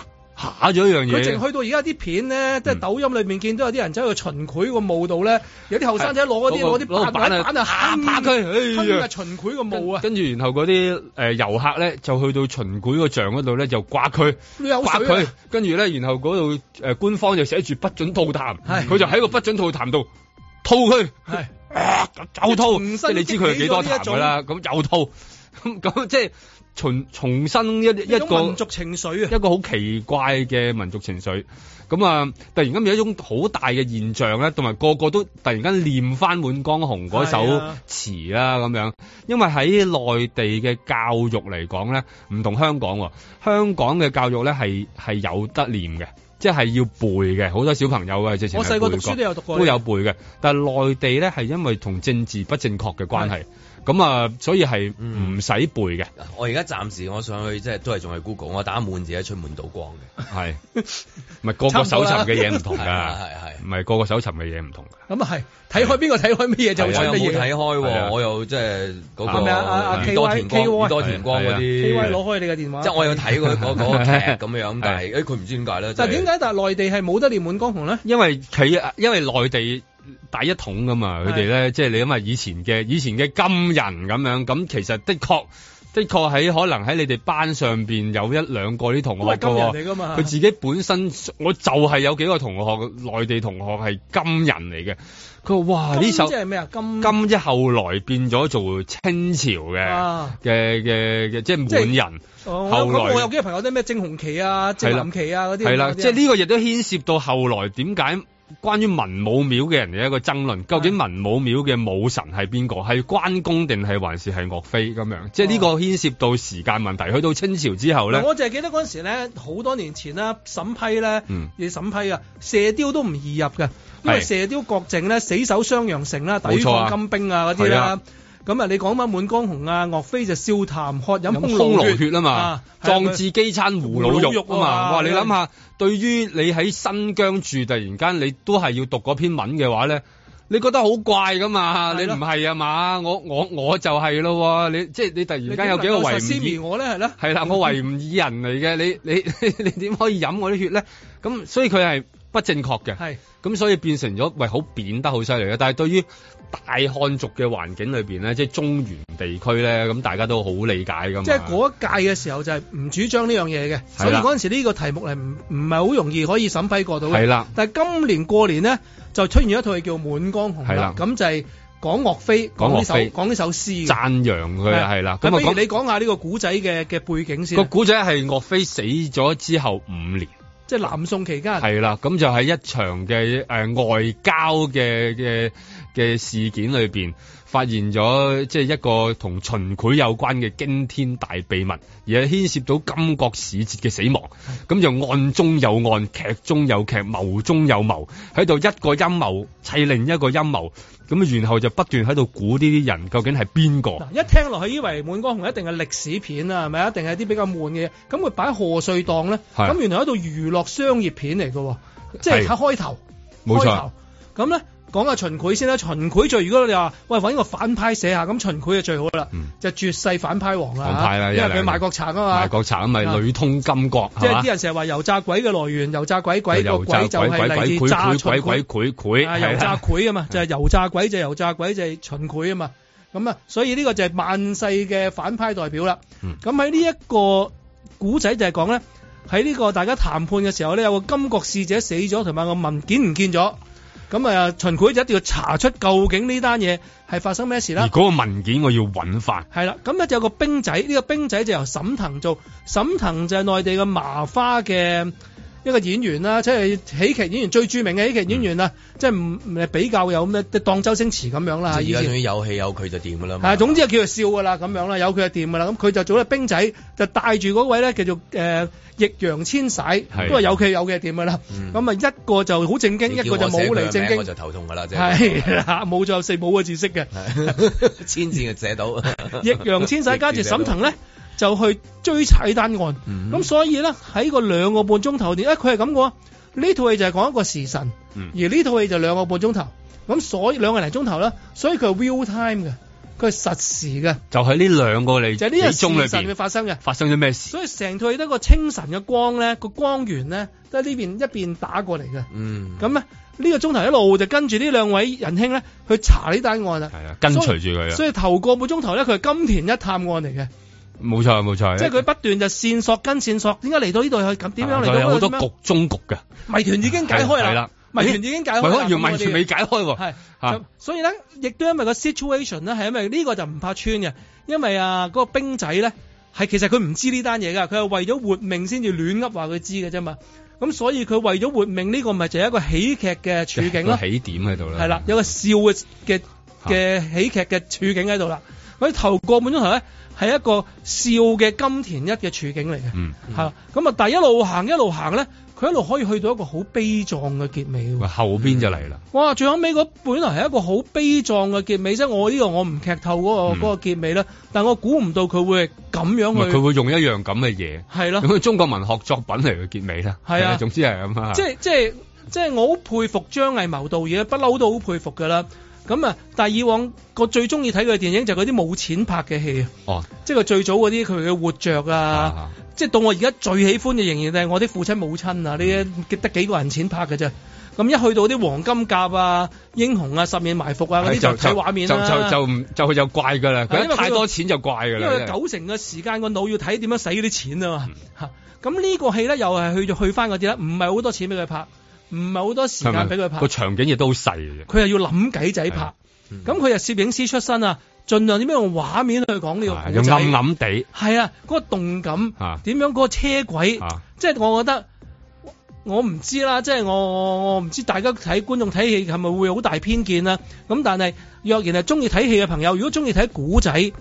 C: 吓咗一樣
D: 佢淨
C: 嘢。嗯
D: 去到而家啲片咧，即係抖音裏面見到有啲人走去巡佢個墓度咧，有啲後生仔攞嗰啲攞
C: 係攞個
D: 啲板
C: 攞個
D: 板
C: 板
D: 啊
C: 啊
D: 嚇
C: 嚇佢哎呀
D: 吞啊巡佢個墓啊，
C: 跟住然後嗰啲誒遊客咧就去到秦檜個像嗰度咧就刮佢，
D: 有
C: 刮
D: 水
C: 佢
D: 啊，
C: 跟住咧然後嗰度誒官方就寫住不准吐痰，佢就喺個不准吐痰度吐佢，又吐，
D: 重新
C: 即係你知佢有幾多痰㗎啦，咁又吐，咁咁即係重重新一一個
D: 一種民族情緒啊，
C: 一個好奇怪嘅民族情緒。咁啊，突然間有一種好大嘅現象咧，同埋個個都突然間念翻《滿江紅》嗰首
B: 係啊
C: 詞啦，咁樣。因為喺內地嘅教育嚟講咧，唔同香港喎。香港嘅教育咧係係有得念嘅，即係要背嘅。好多小朋友啊，直情係
D: 我細個
C: 背
D: 讀書都有讀過
C: 都有背嘅。但係內地咧係因為同政治不正確嘅關係，咁啊，所以係
D: 嗯
C: 唔使背嘅。
B: 我而家暫時我上去即係都係仲係 Google，我打滿字一出門到光嘅，
C: 係唔係個個搜尋嘅嘢唔同㗎，
B: 係係係
C: 唔係個個搜尋嘅嘢唔同㗎。
D: 咁啊係睇開邊個睇開乜嘢就
C: 啊
D: 會睇
B: 我又
D: 乜嘢。
B: 冇啊睇開
C: 係啊
B: 喎，我又即係嗰
C: 係
B: 個
C: 咪啊啊
D: 啊
B: 宇多
D: KY
B: 田光、宇多田光嗰
D: 啊 K Y 攞
B: 啲，
D: 開你嘅電話，
B: 即係我有睇過 嗰嗰個劇咁樣，但係誒佢唔知點解咧，
D: 但係點解但係內地係冇得練滿江紅咧？
C: 因為佢因為內地大一統噶嘛，佢哋咧即係你諗下以前嘅以前嘅金人咁樣，咁其實的確。的確喺可能喺你哋班上邊有一兩個啲同學㗎
D: 都係金人嚟
C: 喎
D: 㗎嘛
C: 佢自己本身我就係有幾個同學，內地同學係金人嚟嘅。佢話：哇，呢首
D: 金即係咩啊？金
C: 金即係後來變咗做清朝嘅
D: 啊
C: 嘅嘅嘅，即係
D: 即係
C: 滿人。
D: 哦我
C: 後
D: 有
C: 來
D: 我有幾個朋友都咩正紅旗啊、正藍旗啊嗰啲，
C: 係啦，
D: 嗰啲啊
C: 即係呢個亦都牽涉到後來點解關於文武廟嘅人嘅一個爭論，究竟文武廟嘅武神係邊個？係關公定係還是係岳飛咁樣？即係呢個牽涉到時間問題。去到清朝之後咧
D: 嗱，我就係記得嗰陣時咧，好多年前啦，審批咧，
C: 嗯
D: 要審批啊，射雕都唔易入嘅，因
C: 係
D: 為射雕郭靖咧死守襄陽城啦，抵
C: 冇錯啊
D: 抗金兵啊嗰啲
C: 係
D: 啦
C: 啊。
D: 咁啊，你講翻《滿江紅》啊，岳飛就笑談渴
C: 飲
D: 飲匈
C: 匈奴
D: 奴
C: 血啊嘛，
D: 係啊
C: 壯志飢餐胡虜肉啊嘛。哇！你諗，
D: 佢
C: 下，對於你喺新疆住，突然間你都係要讀嗰篇文嘅話咧。你覺得好怪噶嘛？你唔係啊嘛？我我我就係咯喎，你即係你突啊
D: 你
C: 然間有幾個維吾爾
D: 維吾我咧係啦，
C: 係啦，我維吾爾人嚟嘅，你你 你點可以飲我啲血咧？咁所以佢係不正確嘅。
D: 係
C: 咁所以變成咗喂好貶得好犀利嘅。但係對於大漢族嘅環境裏邊咧，即係中原地區咧，咁大家都好理解㗎嘛。
D: 即係嗰一屆嘅時候就係唔主張呢樣嘢嘅，所以嗰陣時呢個題目係唔唔係好容易可以審批過到嘅。
C: 係啦
D: 但係今年過年咧就出現一套戲叫《滿江紅》
C: 係
D: 啦
C: 啦，
D: 咁就係講岳飛，
C: 講
D: 講呢
C: 岳
D: 首
C: 飛
D: 講呢首詩嘅。
C: 讚揚佢係啦。咁
D: 不如
C: 啊
D: 你講下呢個古仔嘅嘅背
C: 講
D: 景先
C: 個
D: 啊，
C: 古仔係岳飛死咗之後五年。
D: 即係南宋期間。
C: 係啦，咁就喺一場嘅誒、呃外交嘅嘅嘅事件裏邊，發現咗即係一個同秦檜有關嘅驚天大秘密，而係牽涉到金國使節嘅死亡。咁就案中有案，劇中有劇，謀中有謀，喺度一個陰謀砌另一個陰謀，咁啊然後就不斷喺度估呢啲人究竟係邊個。
D: 一聽落去以為《滿江紅》一定係歷史片啊，係咪一定係啲比較悶嘅嘢？咁佢擺喺賀歲檔咧，
C: 係
D: 咁原來係一套娛樂商業片嚟嘅喎，即係
C: 係
D: 喺開頭。
C: 冇錯
D: 開頭。咁咧講下秦檜先啦，秦檜最如果你話喂揾個反派寫下，咁秦檜就最好啦，就絕世反派王啦。
C: 嗯反派啦
D: 因為
C: 一
D: 佢
C: 兩
D: 賣國賊啊嘛。
C: 賣國賊咪
D: 啊
C: 女通金國，
D: 即
C: 係
D: 係
C: 嘛
D: 啲人成日話油炸鬼嘅來源，油炸鬼鬼個
C: 油炸
D: 鬼就係嚟自炸秦
C: 鬼鬼鬼
D: 檜
C: 鬼鬼鬼
D: 啊，
C: 係
D: 油
C: 啦
D: 炸鬼啊嘛，就係油炸鬼就係油炸鬼就係秦檜啊嘛。咁啊，所以呢個就係萬世嘅反派代表啦。咁喺呢一個古仔就係講咧，喺呢個大家談判嘅時候咧，有個金國使者死咗，同埋個文件唔見咗。咁啊，秦檜就一定要查出究竟呢單嘢係發生咩事啦
C: 而。嗰個文件我要揾翻。
D: 係啦，咁啊咧就有個兵仔，呢、個兵仔就由沈騰做，沈騰就係內地嘅麻花嘅一個演員啦，即係喜劇演員最著名嘅喜劇演員啦，
B: 嗯
D: 即係啊唔唔比較有咩，即係當周星馳咁樣啦，
B: 即
D: 啊以
B: 係而家
D: 前
B: 終於有戲有佢就掂㗎啦嘛。
D: 係，啊總之就叫佢笑㗎啦，咁樣啦，有佢就掂㗎啦。咁佢就做咗兵仔，就帶住嗰位咧叫做誒易烊千玺，都係有佢有嘅掂㗎啦。咁啊一個就好正經，
B: 嗯你
D: 一
B: 叫我
D: 個就冇
B: 寫佢嘅
D: 嚟正
B: 名
D: 經
B: 我。就頭痛㗎啦，即係
D: 係啦，冇咗有四冇個字識嘅。
B: 千字就寫到。
D: 易烊千玺加住沈 騰咧，就去追查呢單案。咁、
C: 嗯
D: 所以咧喺個兩個半鐘頭段，誒佢係咁嘅喎。呢套戲就係講一個時辰，
N: 嗯
D: 而呢套戲就兩個半鐘頭。咁所以兩個零鐘頭啦，所以佢係 real time 嘅，佢係實時嘅，
C: 就喺呢兩個嚟
D: 就係呢個
C: 幾鐘裏
D: 時辰會
C: 邊
D: 發生嘅。
C: 發生咗咩事？
D: 所以成套戲得個清晨嘅光咧，個光源咧都喺呢邊一邊打過嚟嘅。
B: 嗯，
D: 咁咧呢個鐘頭一路就跟住呢兩位仁兄咧去查呢單案啦。係
C: 啊跟隨住佢啊
D: 所以頭個半鐘頭咧，佢係金田一探案嚟嘅，
C: 冇錯冇錯，
D: 即係佢不斷就線索跟線索，點解嚟到呢度啊係咁？點樣嚟
C: 係啊有
D: 到
C: 好
D: 呢度？
C: 多
D: 點
C: 局
D: 樣
C: 中局嘅
D: 謎團已經解開啦
C: 係啦，
D: 謎團已經解開啦
C: 唔係可能
D: 咁
C: 謎
D: 我哋啊
C: 團未解開喎，
D: 係
C: 嚇
D: 就所以咧，亦都因為個 situation 咧，係因為呢個就唔怕穿嘅，因為啊嗰、個兵仔咧係其實佢唔知呢單嘢㗎，佢係為咗活命先至亂噏話佢知嘅啫嘛。咁所以佢為咗活命呢、個咪就係一個喜劇嘅處境咯
C: 個。起點喺度啦，
D: 係啦，有個笑嘅嘅嘅喜劇嘅處境喺度啦。佢頭個半鐘頭咧係一個笑嘅金田一嘅處境嚟嘅，
C: 嗯，
D: 係啦。咁啊，但係一路行一路行咧，佢一路可以去到一個好悲壯嘅結尾喎。
C: 後邊就嚟啦，
D: 哇！最後尾嗰本來係一個好悲壯嘅結尾，即係我呢個我唔劇透嗰、
C: 嗯
D: 個嗰、個結尾啦。但我估唔到佢會咁
C: 唔
D: 樣
C: 係
D: 去，
C: 啊嗯佢會嗯用一樣咁嘅嘢，
D: 嗯係咯
C: 咁佢中國文學作品嚟嘅結尾啦，
D: 係啊
C: 總之係咁啊，
D: 即係即係即係我好佩服張藝謀導演，不嬲都好佩服㗎啦。咁啊，但係以往我最中意睇佢嘅電影就係嗰啲冇錢拍嘅戲啊，
C: 哦，
D: 即係佢最早嗰啲佢嘅活着啊，即係到我而家最喜歡嘅仍然係我啲父親母親啊，呢
C: 嗯
D: 啲得幾個人錢拍嘅啫。咁一去到啲黃金甲啊、英雄啊、十面埋伏啊嗰啲就睇畫面
C: 哎就
D: 啦。
C: 就就唔就就怪㗎啦，
D: 係啊
C: 佢
D: 因
C: 一
D: 為佢
C: 太
D: 個
C: 多錢就怪㗎
D: 因
C: 啦，
D: 為
C: 真係
D: 九成嘅時間個腦要睇點樣使嗰啲錢啊嘛
C: 嗯
D: 嚇。 咁呢個戲咧又係去去翻嗰啲啦，唔係好多錢俾佢拍，唔係好多時
C: 係咪嗯
D: 間俾佢拍
C: 個。場景亦都好細嘅啫，
D: 佢又要諗計仔拍。咁佢又攝影師出身啊，盡量點樣用畫面去講呢個
C: 係
D: 故
C: 又
D: 仔。
C: 啊暗暗地
D: 係啊，嗰、個動感
C: 啊
D: 點樣嗰個車軌，
C: 啊
D: 即係我覺得我唔知啦，即係我我我唔知大家睇觀眾睇戲係咪會好大偏見啦。咁但係若然係中意睇戲嘅朋友，如果中意睇古仔、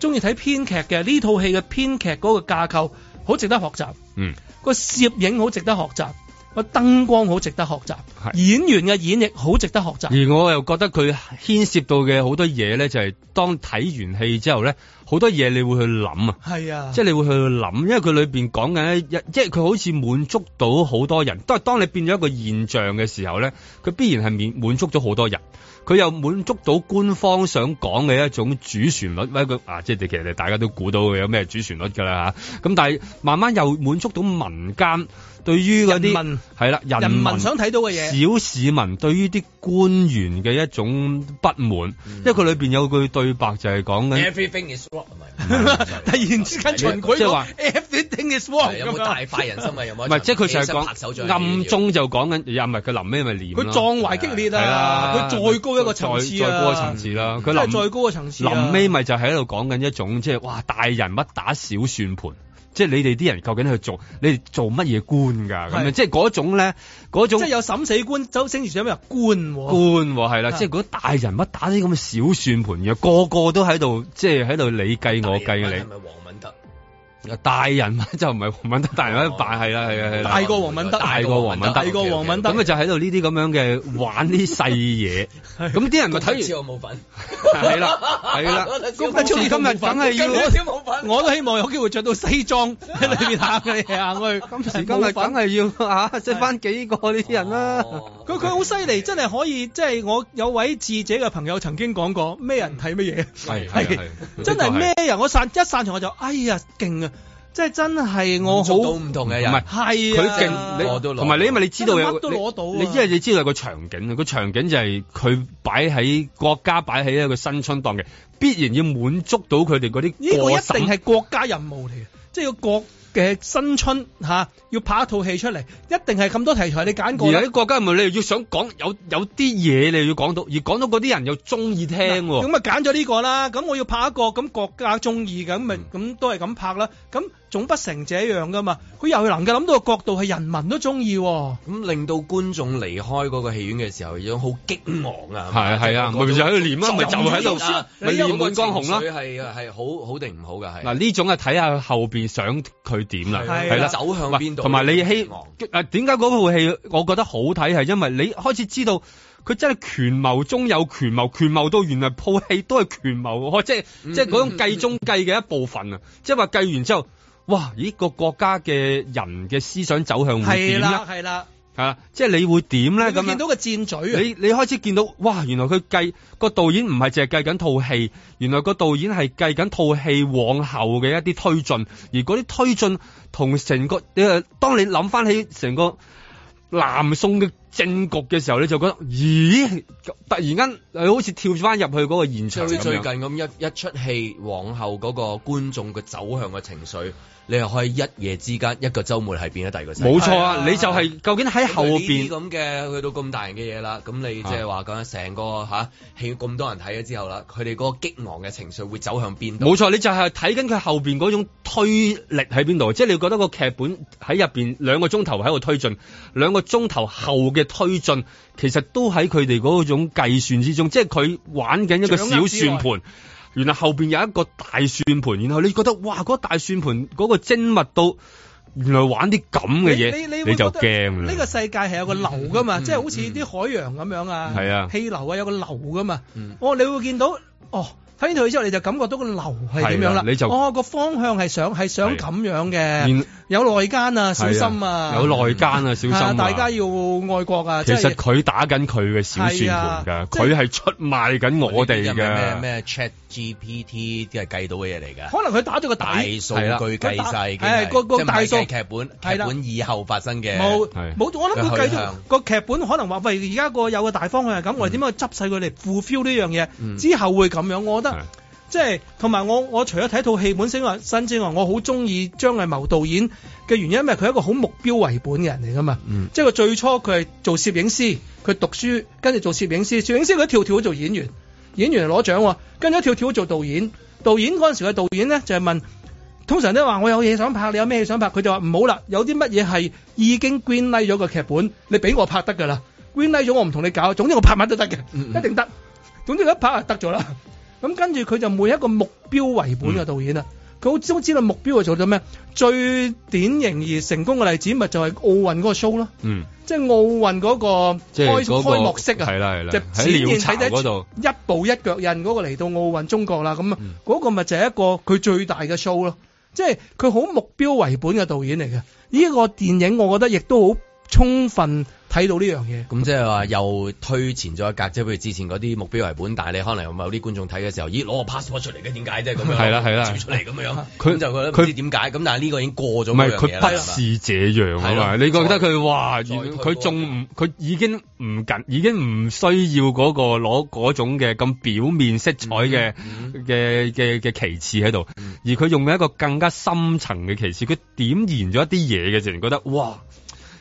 D: 中意睇編劇嘅呢套戲嘅編劇嗰個架構，好值得學習。
C: 嗯。
D: 個攝影好值得學習，個燈光好值得學習，演員嘅演繹好值得學習。
C: 而我又覺得佢牽涉到嘅好多嘢咧，就係、當睇完戲之後咧，好多嘢你會去諗啊。
D: 係啊，
C: 即係你會去諗，因為佢裏邊講緊一一，即係佢好似滿足到好多人。當當你變咗一個現象嘅時候咧，佢必然係滿滿足咗好多人。佢又滿足到官方想講嘅一種主旋律，喂佢啊，即係其實大家都估到有咩主旋律㗎啦嚇。咁但係慢慢又滿足到民間對於嗰
D: 人
C: 啲
D: 民
C: 係啦，人
D: 人民想睇到嘅嘢
C: 小市民對於啲官員嘅一種不滿，
D: 嗯
C: 因為佢裏邊有句對白就係講緊。
B: Everything is wrong，唔係
D: 突然之間秦檜
C: 即係話
D: 講 everything is wrong，
B: 係有冇大快人心啊？有
C: 唔
B: 冇一場
C: 係，即係佢就係
B: 起身拍手掌
C: 講暗中就講緊，又唔係佢臨尾咪念咯
D: 佢壯懷激烈
C: 係
D: 啊！
C: 啦
D: 佢再高一個層
C: 再
D: 次啊！
C: 再高一個層次啦佢
D: 真係
C: 臨
D: 再高個層次啊。
C: 臨尾咪就喺度講緊一種即係哇大人物打小算盤，即係你哋啲人究竟去做，你哋做乜嘢官㗎？咁
D: 係
C: 樣即係嗰種咧，嗰種
D: 即係有審死官，周星馳想咩啊官喎？
C: 官喎係啦，
D: 啊
C: 即係嗰啲大人物打啲咁嘅小算盤，然後個個都喺度即係喺度你計我計你。
B: 黃敏德
C: 大人物 就唔係黃敏德，大人物扮係啦，係啊係啦，
D: 大過黃敏德
C: 大過黃敏德，
D: 大過黃敏德
C: 咁
B: 啊
C: 咪就喺度呢啲咁樣嘅玩啲細嘢，咁啲人咪睇
B: 知我
C: 完
B: 冇份，
C: 係啦係 啦，
D: 咁不
C: 今日今日梗係要
D: 我都希望有機會着到西裝喺裏邊行嚟行 去。咁
C: 時今日梗係要啊，即係哦翻幾個呢啲人啦。
D: 佢佢好犀利，真係可以，即係我有位智者嘅朋友曾經講過，咩人睇乜嘢，
C: 係係係
D: 真係咩人？我散一散場我就哎呀勁啊！即係真係我好
B: 唔同嘅
C: 唔
B: 人，
C: 係
D: 係
C: 佢
D: 啊
C: 勁，
B: 我都
C: 你
B: 攞
C: 同埋你因為你知道有
D: 真係乜都攞到啊
C: 你因為你知道有個場景啊，個場景就係佢擺喺國家擺喺一個新春檔嘅，必然要滿足到佢哋嗰啲
D: 呢個一
C: 過審
D: 定係國家任務嚟嘅，即係個國嘅新春嚇、要拍一套戲出嚟，一定係咁多題材你揀過
C: 而
D: 啦
C: 喺。國家咪你又要想講有有啲嘢你又要講到，而講到嗰啲人又中意聽喎。
D: 咁啊揀咗呢個啦，咁我要拍一個咁國家中意嘅，咁咪
C: 嗯
D: 咁都係咁拍啦。咁總不成這樣噶嘛？佢又能夠諗到個角度係人民都中意喎。
B: 咁令到觀眾離開嗰個戲院嘅時候，已經好激昂啊！
C: 係係啊，咪就喺度念啦，咪就喺度啊咪念滿江紅啦。
B: 係啊，係好好定唔好㗎係。
C: 嗱呢種啊睇下後邊想佢點啦，
D: 啊
B: 係
C: 係啦，
B: 走向邊度
C: 同埋你希誒點解嗰部戲我覺得好睇係因為你開始知道佢真係權謀中有權謀，權謀到原來鋪戲都係權謀哦喎，即
D: 嗯
C: 係即係嗰種計中計嘅一部分啊！即係話計完之後，哇！咦個國家嘅人嘅思想走向會
D: 係
C: 嗯點
D: 啦
C: 咧？
D: 係啦，
C: 係啦，即係你會點咧？
D: 你
C: 咁
D: 會
C: 樣
D: 見到個箭嘴啊！
C: 你你開始見到哇，原來佢計個導演唔係淨係計緊套戲，原來個導演係計緊套戲往後嘅一啲推進，而嗰啲推進同成個你誒，當你諗翻起成個南宋嘅政局嘅時候，你就覺得咦，突然間你好似跳翻入去嗰個現
B: 即
C: 場
B: 係好
C: 咁
B: 似
C: 樣
B: 最近咁一一出戲往後嗰個觀眾嘅走向嘅情緒，你係可以一夜之間一個週末係變咗第二個世界。
C: 冇錯啊！你就係究竟喺後邊啊
B: 呢啲咁嘅去到咁大型嘅嘢啦，咁你即係話講緊成個嚇戲咁多人睇咗之後啦，佢哋嗰個激昂嘅情緒會走向邊度？
C: 冇錯，你就係睇緊佢後邊嗰種推力喺邊度，即係你覺得個劇本喺入邊兩個鐘頭喺度推進，兩個鐘頭後嘅推進，其實都喺佢哋嗰種計算之中，即係佢玩緊一個小算盤。原來後邊有一個大算盤，然後你覺得哇，嗰、個大算盤嗰個精密到原來玩啲咁嘅
D: 你
C: 嘢，
D: 會
C: 你就
D: 覺得
C: 驚啦。嗯
D: 呢個世界係有個流噶嘛，即係好似啲海洋咁樣啊，
C: 係啊
D: 氣流啊有個流噶嘛
C: 嗯。
D: 哦，你會見到哦，睇完套戲之後你就感覺到個流係點
C: 係
D: 樣
C: 啦啊
D: 啦。
C: 你就
D: 哦個方向係想係想咁樣
C: 然
D: 嘅，有內奸啊，小心啊，
C: 有內奸啊，小心啊！
D: 大家要愛國啊。
C: 其
D: 即
C: 實
D: 係
C: 佢打緊佢嘅小算盤㗎，
D: 係啊即係
C: 佢係出賣緊我哋
B: 呢啲係咪
C: 㗎。啊
B: 咩咩 Chat GPT 即係計到嘅嘢嚟㗎。
D: 可能佢打咗個底
B: 大數據計晒已經
D: 係
B: 係，
D: 啦個個
B: 即係唔係
D: 大數
B: 計劇本，劇本以後發生嘅
D: 冇冇，我諗佢
B: 嘅去
D: 繼續
B: 向
D: 個劇本可能話喂，而家個有個大方向係
C: 嗯
D: 咁，我哋點樣去執細佢嚟 fulfill 呢樣
B: 嗯
D: 嘢？之後會咁樣，我覺得即係同埋我我除咗睇套戲本身外新之外，我好中意張藝謀導演嘅原因，因為佢係一個好目標為本嘅人嚟噶嘛。
B: 嗯
D: 即係佢最初佢係做攝影師，佢讀書，跟住做攝影師，攝影師佢一跳跳做演員，演員攞獎喎，跟住一跳跳做導演，導演嗰陣時嘅導演咧就係問。通常都話我有嘢想拍，你有咩嘢想拍？佢就話唔好啦，有啲乜嘢係已經 green light 咗個劇本，你俾我拍得㗎啦。green light 咗我唔同你搞，總之我拍乜都得嘅，一定得。總之佢一拍就得咗啦。 咁跟住佢就每一個目標為本
C: 嗯
D: 嘅導演啦，佢好都知道目標係做咗咩。最典型而成功嘅例子咪就係奧運嗰個 show 咯，
C: 嗯。
D: 即係奧運嗰個
C: 即係
D: 開
C: 嗰個
D: 開幕式啊，
C: 係啦係啦
D: 就
C: 喺
D: 展
C: 鳥
D: 現
C: 巢
D: 睇得
C: 嗰度
D: 一步一腳印嗰個嚟到奧運中國啦，咁啊嗰個咪就係一個佢最大嘅 show 咯，即係佢好目標為本嘅導演嚟嘅。呢、一個電影我覺得亦都好充分睇到呢樣嘢。
B: 咁即係話又推前咗一格，即係譬如之前嗰啲目標為本，但係你可能有某啲觀眾睇嘅時候，咦攞個 passport 出嚟嘅點解啫咁樣？
C: 係啦係啦
B: 照出嚟咁樣，
C: 佢
B: 咁就覺得唔知點解。咁但係呢個已經過咗
C: 唔
B: 嗰
C: 係
B: 樣
C: 佢
B: 嘢啦
C: 不
B: 係嘛
C: 是這樣啊嘛？
B: 係咯
C: 你覺得佢哇，
B: 再推
C: 佢仲唔佢已經唔緊，已經唔需要嗰個攞嗰種嘅咁表面色彩嘅
B: 嗯
C: 嘅嘅嘅旗幟喺度，而佢用一個更加深層嘅旗幟，佢點燃咗一啲嘢嘅，自然覺得哇！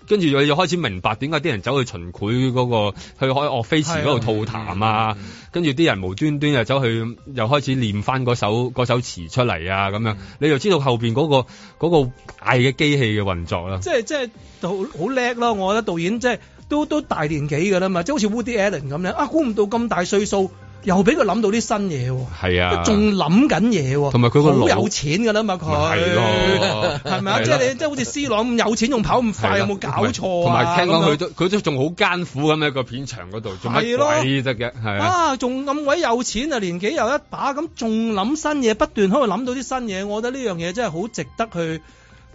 C: 跟住你就開始明白點解啲人走去巡迴嗰、個去開岳飛池嗰度吐痰啊，跟住啲人無端端又走去又開始念翻嗰首嗰首詞出嚟啊咁樣，你就知道後邊嗰、個嗰、個大嘅機器嘅運作啦。
D: 即係即係好好叻咯！我覺得導演即係都都大年紀㗎啦嘛，即係好似 Woody Allen 咁咧，啊估唔到咁大歲數，又俾佢諗到啲新嘢喎。
C: 係啊，
D: 仲諗緊嘢喎，
C: 同埋佢個腦
D: 好有錢㗎啦嘛，佢
C: 係咯
D: 係咪啊？
C: 係咯
D: 即係你即係好似 C 朗咁有錢，仲跑咁快，
C: 係
D: 有
C: 啦
D: 冇搞錯
C: 同
D: 啊？
C: 埋聽講佢
D: 咁樣
C: 都佢都仲好艱苦咁喺個片場嗰度做
D: 係
C: 乜
D: 咯
C: 鬼得嘅，係啊。
D: 啊，仲咁鬼有錢啊，年紀又一把，咁仲諗新嘢，不斷喺度諗到啲新嘢，我覺得呢樣嘢真係好值得去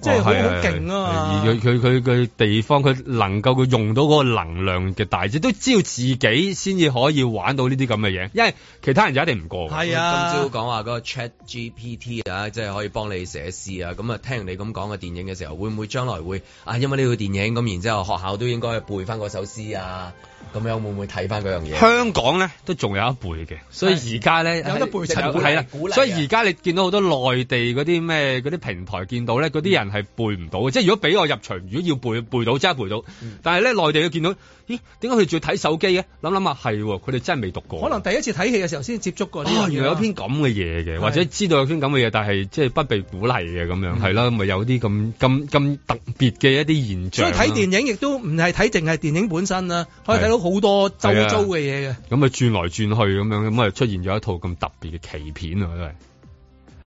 O: 即係
C: 哦
O: 好好
C: 係係
O: 勁啊嘛
C: 而佢佢佢佢地方，佢能夠佢用到嗰個能量嘅大隻，都知道自己先至可以玩到呢啲咁嘅嘢，因為其他人就一定唔過㗎。
B: 啊
D: 啊
B: 今朝講話嗰個 Chat GPT 啊，即係可以幫你寫詩啊。咁啊，聽完你咁講嘅電影嘅時候，會唔會將來會啊？因為呢套電影咁，然之後學校都應該背翻嗰首詩啊。咁樣會唔會睇翻嗰樣嘢？
C: 香港咧都仲有一輩嘅，所以而家咧
B: 有得輩陳鼓勵
C: 係啦
B: 鼓勵，啊
C: 所以而家你見到好多內地嗰啲咩嗰啲平台見到咧，嗰啲人係背唔到嘅，即係如果俾我入場，如果要背背到，真係背到。
O: 嗯
C: 但係咧內地佢見到，咦？點解佢仲要睇手機嘅？諗諗下係喎，佢哋真係未讀過。
O: 可能第一次睇戲嘅時候先接觸過呢樣
C: 哦，
O: 嘢
C: 原來有篇咁嘅嘢嘅，或者知道有篇咁嘅嘢，但係即係不被鼓勵嘅咁
O: 嗯
C: 樣，係啦，咪有啲咁咁咁特別嘅一啲現
O: 所
C: 象
O: 以
C: 啦。
O: 睇電影亦都唔係睇淨係電影本身啦，可以睇到好多周遭嘅嘢嘅。
C: 咁啊轉來轉去咁樣，咁啊出現咗一套咁特別嘅奇片啊，真係。